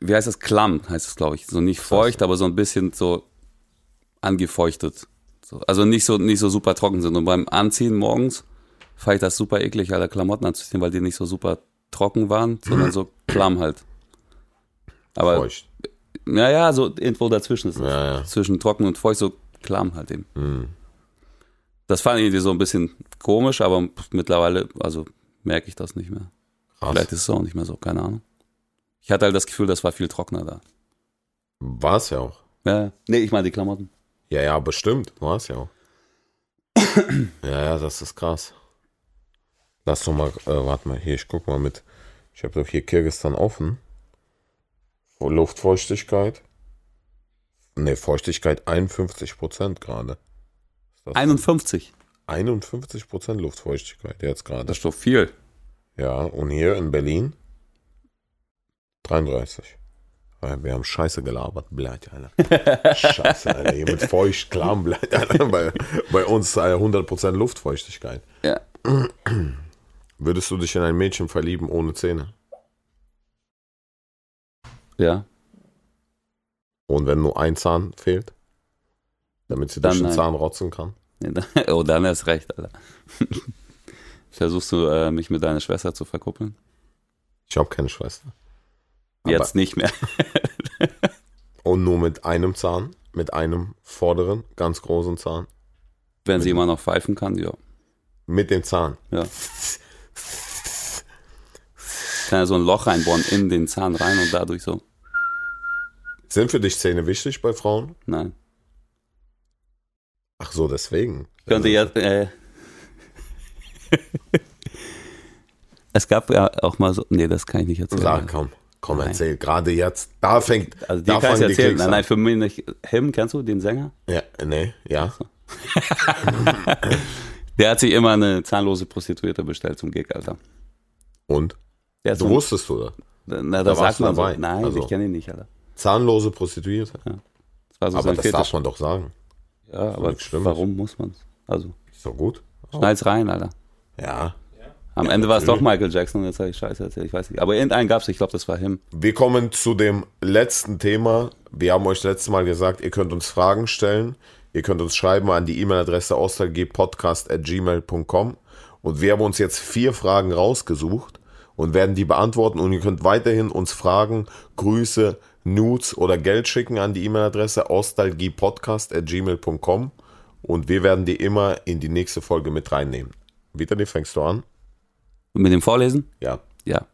[SPEAKER 2] wie heißt das, klamm heißt es, glaube ich. So nicht feucht, aber so ein bisschen so angefeuchtet. So, also nicht so, nicht so super trocken sind. Und beim Anziehen morgens fand ich das super eklig, alle Klamotten anzuziehen, weil die nicht so super trocken waren,
[SPEAKER 1] [CLEARS THROAT]
[SPEAKER 2] sondern so klamm halt. Aber
[SPEAKER 1] Feucht.
[SPEAKER 2] Naja, so irgendwo dazwischen ist es.
[SPEAKER 1] Ja, ja.
[SPEAKER 2] Zwischen trocken und feucht, so klamm halt eben. Das fand ich irgendwie so ein bisschen komisch, aber mittlerweile, also merke ich das nicht mehr.
[SPEAKER 1] Krass.
[SPEAKER 2] Vielleicht ist es auch nicht mehr so, keine Ahnung. Ich hatte halt das Gefühl, das war viel trockener da.
[SPEAKER 1] War es ja auch.
[SPEAKER 2] Ja, ja. nee, ich meine die Klamotten.
[SPEAKER 1] Ja, ja, bestimmt. War es ja auch. ja, ja, das ist krass. Lass doch mal, äh, warte mal, hier, ich guck mal mit. Ich habe doch hier Kirgistan offen. Oh, Luftfeuchtigkeit. Ne, Feuchtigkeit 51% gerade. Ist das
[SPEAKER 2] 51.
[SPEAKER 1] 51% Luftfeuchtigkeit jetzt gerade.
[SPEAKER 2] Das ist doch viel.
[SPEAKER 1] Ja, und hier in Berlin 33. Weil Ah, Wir haben Scheiße gelabert, bleibt Alter. Scheiße, Alter. Hier mit feucht, klamm, bleibt Alter. Bei, bei uns Alter, 100% Luftfeuchtigkeit.
[SPEAKER 2] Ja.
[SPEAKER 1] Würdest du dich in ein Mädchen verlieben ohne Zähne?
[SPEAKER 2] Ja. [LAUGHS]
[SPEAKER 1] Und wenn nur ein Zahn fehlt? Damit sie
[SPEAKER 2] Dann
[SPEAKER 1] durch den
[SPEAKER 2] nein.
[SPEAKER 1] Zahn rotzen kann?
[SPEAKER 2] Nee, da- Oh, dann erst recht, Alter. [LAUGHS] Versuchst du, äh, mich mit deiner Schwester zu verkuppeln?
[SPEAKER 1] Ich habe keine Schwester. Aber-
[SPEAKER 2] Jetzt nicht mehr. [LAUGHS]
[SPEAKER 1] Und nur mit einem Zahn? Mit einem vorderen, ganz großen Zahn?
[SPEAKER 2] Wenn sie immer noch pfeifen kann, ja.
[SPEAKER 1] Mit dem Zahn.
[SPEAKER 2] Ja. Kann ja so ein Loch reinbohren in den Zahn rein und dadurch so.
[SPEAKER 1] Sind für dich Zähne wichtig bei Frauen?
[SPEAKER 2] Nein.
[SPEAKER 1] Ach so, deswegen. Also,
[SPEAKER 2] Könnte jetzt. Äh, [LAUGHS] es gab ja auch mal so. Nee, das kann ich nicht erzählen.
[SPEAKER 1] Sag, komm, komm,
[SPEAKER 2] Nein.
[SPEAKER 1] erzähl. Gerade jetzt, da fängt.
[SPEAKER 2] also dir
[SPEAKER 1] da
[SPEAKER 2] kann ich
[SPEAKER 1] fangen die
[SPEAKER 2] erzählen.
[SPEAKER 1] Klicks
[SPEAKER 2] Nein,
[SPEAKER 1] an.
[SPEAKER 2] nein, für mich nicht. Him, kennst du den Sänger?
[SPEAKER 1] Ja, nee, ja.
[SPEAKER 2] Der hat sich immer eine zahnlose Prostituierte bestellt zum Gig, Alter.
[SPEAKER 1] Und?
[SPEAKER 2] Der hat
[SPEAKER 1] Du
[SPEAKER 2] so-
[SPEAKER 1] wusstest, oder?
[SPEAKER 2] Na,
[SPEAKER 1] da
[SPEAKER 2] da
[SPEAKER 1] warst
[SPEAKER 2] sagt
[SPEAKER 1] du
[SPEAKER 2] man
[SPEAKER 1] dabei.
[SPEAKER 2] so. Nein,
[SPEAKER 1] Also.
[SPEAKER 2] ich kenne ihn nicht, Alter.
[SPEAKER 1] Zahnlose Prostituierte.
[SPEAKER 2] Das war so
[SPEAKER 1] Aber
[SPEAKER 2] sein
[SPEAKER 1] das
[SPEAKER 2] Fetisch.
[SPEAKER 1] darf man doch sagen.
[SPEAKER 2] Ja, aber
[SPEAKER 1] nichts Schlimmes.
[SPEAKER 2] warum muss man Also,
[SPEAKER 1] Ist doch gut.
[SPEAKER 2] schnall's rein, Alter.
[SPEAKER 1] Ja.
[SPEAKER 2] Am Ende war es doch Michael Jackson, jetzt habe ich Scheiße erzählt, ich weiß nicht. Aber irgendeinen gab es, ich glaube, das war Him.
[SPEAKER 1] Wir kommen zu dem letzten Thema. Wir haben euch letztes Mal gesagt, ihr könnt uns Fragen stellen. Ihr könnt uns schreiben an die E-Mail-Adresse ostalgpodcast.gmail.com. Und wir haben uns jetzt vier Fragen rausgesucht und werden die beantworten. Und ihr könnt weiterhin uns Fragen, Grüße, Nudes oder Geld schicken an die E-Mail-Adresse ostalgiepodcast.gmail.com. Und wir werden die immer in die nächste Folge mit reinnehmen. Vitali, fängst du an?
[SPEAKER 2] Und mit dem Vorlesen?
[SPEAKER 1] Ja.
[SPEAKER 2] Ja.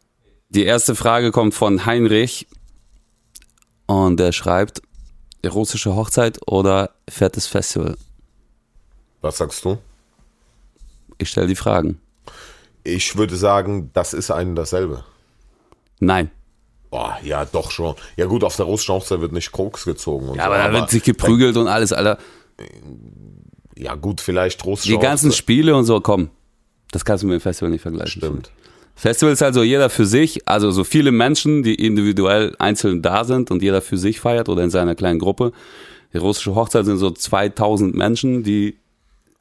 [SPEAKER 2] Die erste Frage kommt von Heinrich und der schreibt, russische Hochzeit oder fettes Festival?
[SPEAKER 1] Was sagst du?
[SPEAKER 2] Ich stelle die Fragen.
[SPEAKER 1] Ich würde sagen, das ist ein dasselbe.
[SPEAKER 2] Nein.
[SPEAKER 1] Boah, ja, doch schon. Ja, gut, auf der russischen Hochzeit wird nicht Koks gezogen. Und
[SPEAKER 2] Ja, aber
[SPEAKER 1] so,
[SPEAKER 2] da wird sich geprügelt und alles, Alter.
[SPEAKER 1] Ja, gut, vielleicht russische
[SPEAKER 2] Die ganzen
[SPEAKER 1] Hochzeit.
[SPEAKER 2] Spiele und so, komm. Das kannst du mit dem Festival nicht vergleichen.
[SPEAKER 1] Stimmt.
[SPEAKER 2] Festival ist also jeder für sich, also so viele Menschen, die individuell einzeln da sind und jeder für sich feiert oder in seiner kleinen Gruppe. Die russische Hochzeit sind so 2000 Menschen, die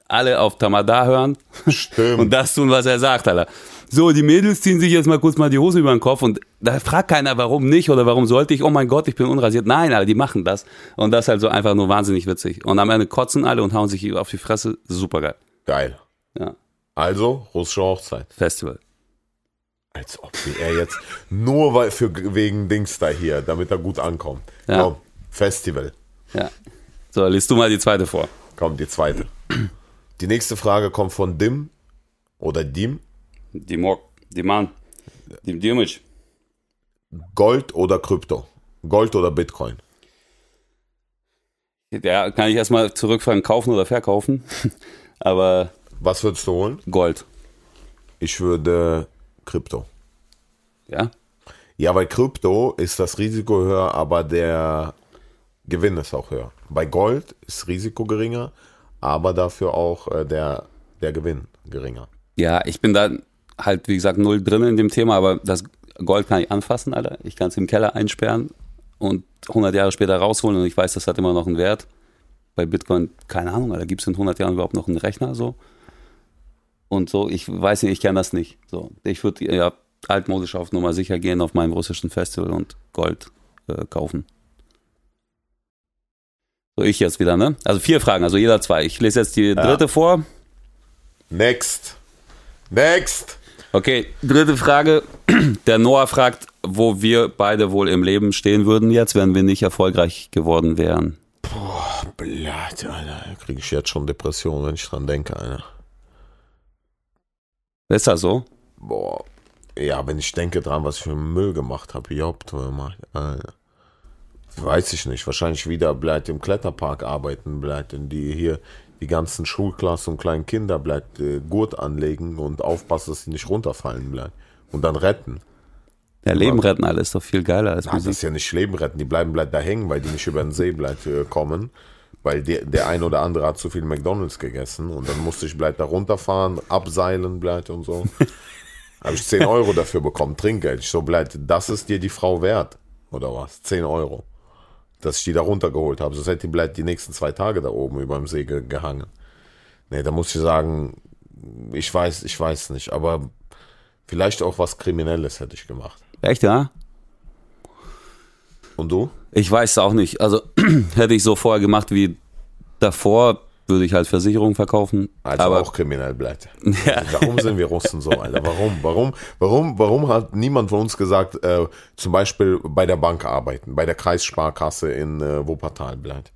[SPEAKER 2] alle auf Tamada hören.
[SPEAKER 1] Stimmt.
[SPEAKER 2] [LAUGHS] und das tun, was er sagt, Alter. So, die Mädels ziehen sich jetzt mal kurz mal die Hose über den Kopf und da fragt keiner, warum nicht oder warum sollte ich, oh mein Gott, ich bin unrasiert. Nein, Alter, die machen das. Und das ist halt so einfach nur wahnsinnig witzig. Und am Ende kotzen alle und hauen sich auf die Fresse. Supergeil.
[SPEAKER 1] Geil.
[SPEAKER 2] Ja,
[SPEAKER 1] Also, russische Hochzeit.
[SPEAKER 2] Festival.
[SPEAKER 1] Als ob wie er jetzt nur weil für, wegen Dings da hier, damit er gut ankommt.
[SPEAKER 2] Ja.
[SPEAKER 1] Komm, Festival.
[SPEAKER 2] Ja. So, liest du mal die zweite vor.
[SPEAKER 1] Komm, die zweite. Die nächste Frage kommt von Dim oder Dim.
[SPEAKER 2] Die Mok, die Mann, die Dirmisch.
[SPEAKER 1] Gold oder Krypto? Gold oder Bitcoin?
[SPEAKER 2] Ja, kann ich erstmal zurückfragen, kaufen oder verkaufen? [LAUGHS] Aber
[SPEAKER 1] Was würdest du holen?
[SPEAKER 2] Gold,
[SPEAKER 1] Ich würde Krypto.
[SPEAKER 2] ja?
[SPEAKER 1] Ja, bei Krypto ist das Risiko höher, aber der Gewinn ist auch höher. Bei Gold ist Risiko geringer, aber dafür auch äh, der, der Gewinn geringer.
[SPEAKER 2] Ja, ich bin da halt, wie gesagt, null drin in dem Thema, aber das Gold kann ich anfassen, Alter. Ich kann es im Keller einsperren und 100 Jahre später rausholen und ich weiß, das hat immer noch einen Wert. Bei Bitcoin, keine Ahnung, Alter, gibt es in 100 Jahren überhaupt noch einen Rechner so? Und so, ich weiß nicht, ich kenne das nicht. So, ich würde ja altmodisch auf Nummer sicher gehen auf meinem russischen Festival und Gold äh, kaufen. So, ich jetzt wieder, ne? Also vier Fragen, also jeder zwei. Ich lese jetzt die dritte vor.
[SPEAKER 1] Next! Next!
[SPEAKER 2] Okay, dritte Frage. Der Noah fragt, wo wir beide wohl im Leben stehen würden jetzt, wenn wir nicht erfolgreich geworden wären.
[SPEAKER 1] Blatt, Alter, da kriege ich jetzt schon Depressionen, wenn ich dran denke, Alter.
[SPEAKER 2] Ist das so?
[SPEAKER 1] Boah. Ja, wenn ich denke dran, was ich für Müll gemacht habe, jobt, Alter. Äh, Weiß ich nicht. Wahrscheinlich wieder bleibt im Kletterpark arbeiten, bleibt in die hier die ganzen Schulklassen und kleinen Kinder bleibt äh, Gurt anlegen und aufpassen, dass sie nicht runterfallen bleiben. Und dann retten.
[SPEAKER 2] Ja, Leben retten, alles ist doch viel geiler als
[SPEAKER 1] Das
[SPEAKER 2] Musik.
[SPEAKER 1] ist ja nicht Leben retten, die bleiben bleibt da hängen, weil die nicht über den See bleibt äh, kommen. Weil der, der ein oder andere hat zu viel McDonalds gegessen und dann musste ich bleibt da runterfahren, abseilen bleibt und so. Habe ich 10 Euro dafür bekommen, Trinkgeld. Ich so bleibt, das ist dir die Frau wert. Oder was? 10 Euro. Dass ich die da runtergeholt habe. Sonst hätte die bleibt die nächsten zwei Tage da oben über dem See ge gehangen. Nee, da muss ich sagen, ich weiß, ich weiß nicht, aber vielleicht auch was Kriminelles hätte ich gemacht.
[SPEAKER 2] Echt, ja?
[SPEAKER 1] Und du?
[SPEAKER 2] Ich weiß es auch nicht. Also [CLEARS THROAT] hätte ich so vorher gemacht wie davor, würde ich halt Versicherungen verkaufen.
[SPEAKER 1] Also
[SPEAKER 2] aber
[SPEAKER 1] auch kriminell
[SPEAKER 2] [LAUGHS]
[SPEAKER 1] bleibt. Warum sind wir Russen so, Alter? Warum? Warum? Warum? Warum hat niemand von uns gesagt, äh, zum Beispiel bei der Bank arbeiten, bei der Kreissparkasse in äh, Wuppertal bleibt?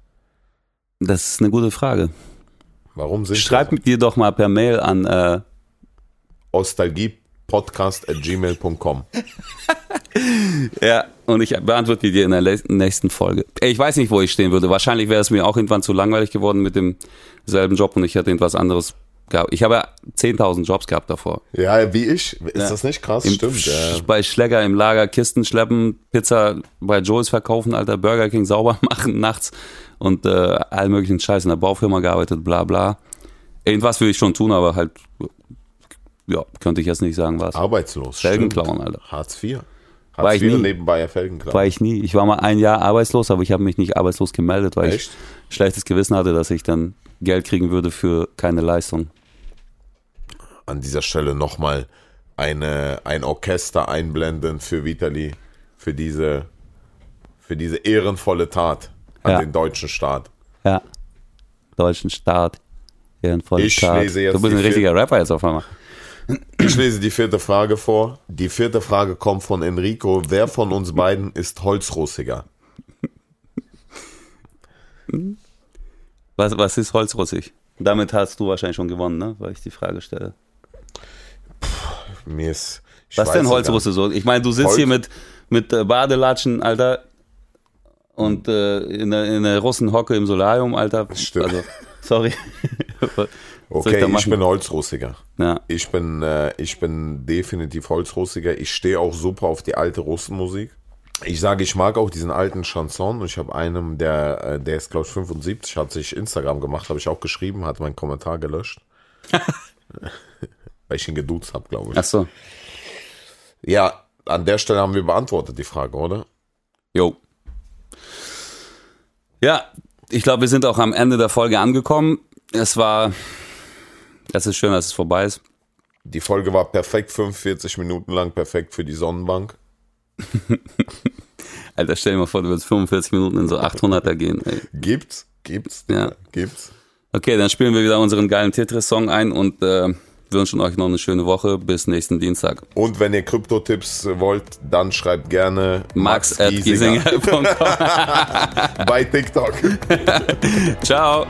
[SPEAKER 2] das ist eine gute Frage.
[SPEAKER 1] Warum sind
[SPEAKER 2] Schreib
[SPEAKER 1] wir
[SPEAKER 2] mit dir doch mal per Mail an. Äh,
[SPEAKER 1] so? Ostalgiepodcast at gmail.com?
[SPEAKER 2] ja, und ich beantworte die dir in der le- nächsten Folge. Ey, Ich weiß nicht, wo ich stehen würde. Wahrscheinlich wäre es mir auch irgendwann zu langweilig geworden mit demselben Job und ich hätte irgendwas anderes gehabt. Ich habe ja 10.000 Jobs gehabt davor.
[SPEAKER 1] Ja, wie ich. Ist das nicht krass?
[SPEAKER 2] Im-
[SPEAKER 1] Stimmt. Äh,
[SPEAKER 2] Bei Schläger im Lager Kisten schleppen, Pizza bei Joe's verkaufen, alter Burger King sauber [LAUGHS] machen nachts und äh, all möglichen Scheiß in der Baufirma gearbeitet, bla bla. Irgendwas würde ich schon tun, aber halt, ja, könnte ich jetzt nicht sagen, was.
[SPEAKER 1] arbeitslos.
[SPEAKER 2] Felgen
[SPEAKER 1] stimmt.
[SPEAKER 2] klauen, Alter.
[SPEAKER 1] Hartz IV.
[SPEAKER 2] War
[SPEAKER 1] Hartz
[SPEAKER 2] ich
[SPEAKER 1] IV
[SPEAKER 2] nie.
[SPEAKER 1] nebenbei Felgenklauen.
[SPEAKER 2] War ich nie. Ich war mal ein Jahr arbeitslos, aber ich habe mich nicht arbeitslos gemeldet, weil
[SPEAKER 1] Echt?
[SPEAKER 2] ich schlechtes Gewissen hatte, dass ich dann Geld kriegen würde für keine Leistung.
[SPEAKER 1] An dieser Stelle nochmal eine, ein Orchester einblenden für Vitali, für diese, für diese ehrenvolle Tat an
[SPEAKER 2] Ja.
[SPEAKER 1] den deutschen Staat.
[SPEAKER 2] Ja. Deutschen Staat. Ehrenvolle
[SPEAKER 1] Ich
[SPEAKER 2] Staat.
[SPEAKER 1] lese jetzt
[SPEAKER 2] du bist
[SPEAKER 1] die
[SPEAKER 2] ein richtiger Rapper jetzt auf einmal.
[SPEAKER 1] Ich lese die vierte Frage vor. Die vierte Frage kommt von Enrico. Wer von uns beiden ist holzrussiger?
[SPEAKER 2] Was, was ist holzrussig? Damit hast du wahrscheinlich schon gewonnen, ne? Weil ich die Frage stelle.
[SPEAKER 1] Mir ist. ich
[SPEAKER 2] Was
[SPEAKER 1] weiß
[SPEAKER 2] denn
[SPEAKER 1] es gar
[SPEAKER 2] Holzrusse so? Ich meine, du sitzt
[SPEAKER 1] Holz-
[SPEAKER 2] hier mit, mit äh, Badelatschen, Alter, und äh, in, der, in der Russenhocke im Solarium, Alter.
[SPEAKER 1] Stimmt.
[SPEAKER 2] Also, sorry. Was soll
[SPEAKER 1] [LAUGHS] Okay,
[SPEAKER 2] da
[SPEAKER 1] ich,
[SPEAKER 2] machen?
[SPEAKER 1] bin Holzrussiger.
[SPEAKER 2] Ja.
[SPEAKER 1] Ich bin, äh, ich bin definitiv Holzrussiger. Ich stehe auch super auf die alte Russenmusik. Ich sage, ich mag auch diesen alten Chanson. Und ich habe einem, der, äh, der ist, glaube ich, 75, hat sich Instagram gemacht, habe ich auch geschrieben, hat meinen Kommentar
[SPEAKER 2] [LAUGHS]
[SPEAKER 1] gelöscht. Weil ich ihn geduzt habe, glaube ich.
[SPEAKER 2] Ach so.
[SPEAKER 1] Ja, an der Stelle haben wir beantwortet die Frage, oder?
[SPEAKER 2] Jo. Ja, ich glaube, wir sind auch am Ende der Folge angekommen. Es war. Es ist schön, dass es vorbei ist.
[SPEAKER 1] Die Folge war perfekt, 45 Minuten lang, perfekt für die Sonnenbank.
[SPEAKER 2] Alter, stell dir mal vor, du würdest 45 Minuten in so 800er gehen. Ey.
[SPEAKER 1] Gibt's? Gibt's?
[SPEAKER 2] Ja.
[SPEAKER 1] Gibt's?
[SPEAKER 2] Okay, dann spielen wir wieder unseren geilen Tetris-Song ein und äh, wünschen euch noch eine schöne Woche. Bis nächsten Dienstag.
[SPEAKER 1] Und wenn ihr Krypto-Tipps wollt, dann schreibt gerne
[SPEAKER 2] Max,
[SPEAKER 1] Giesinger
[SPEAKER 2] Max
[SPEAKER 1] bei TikTok.
[SPEAKER 2] Ciao.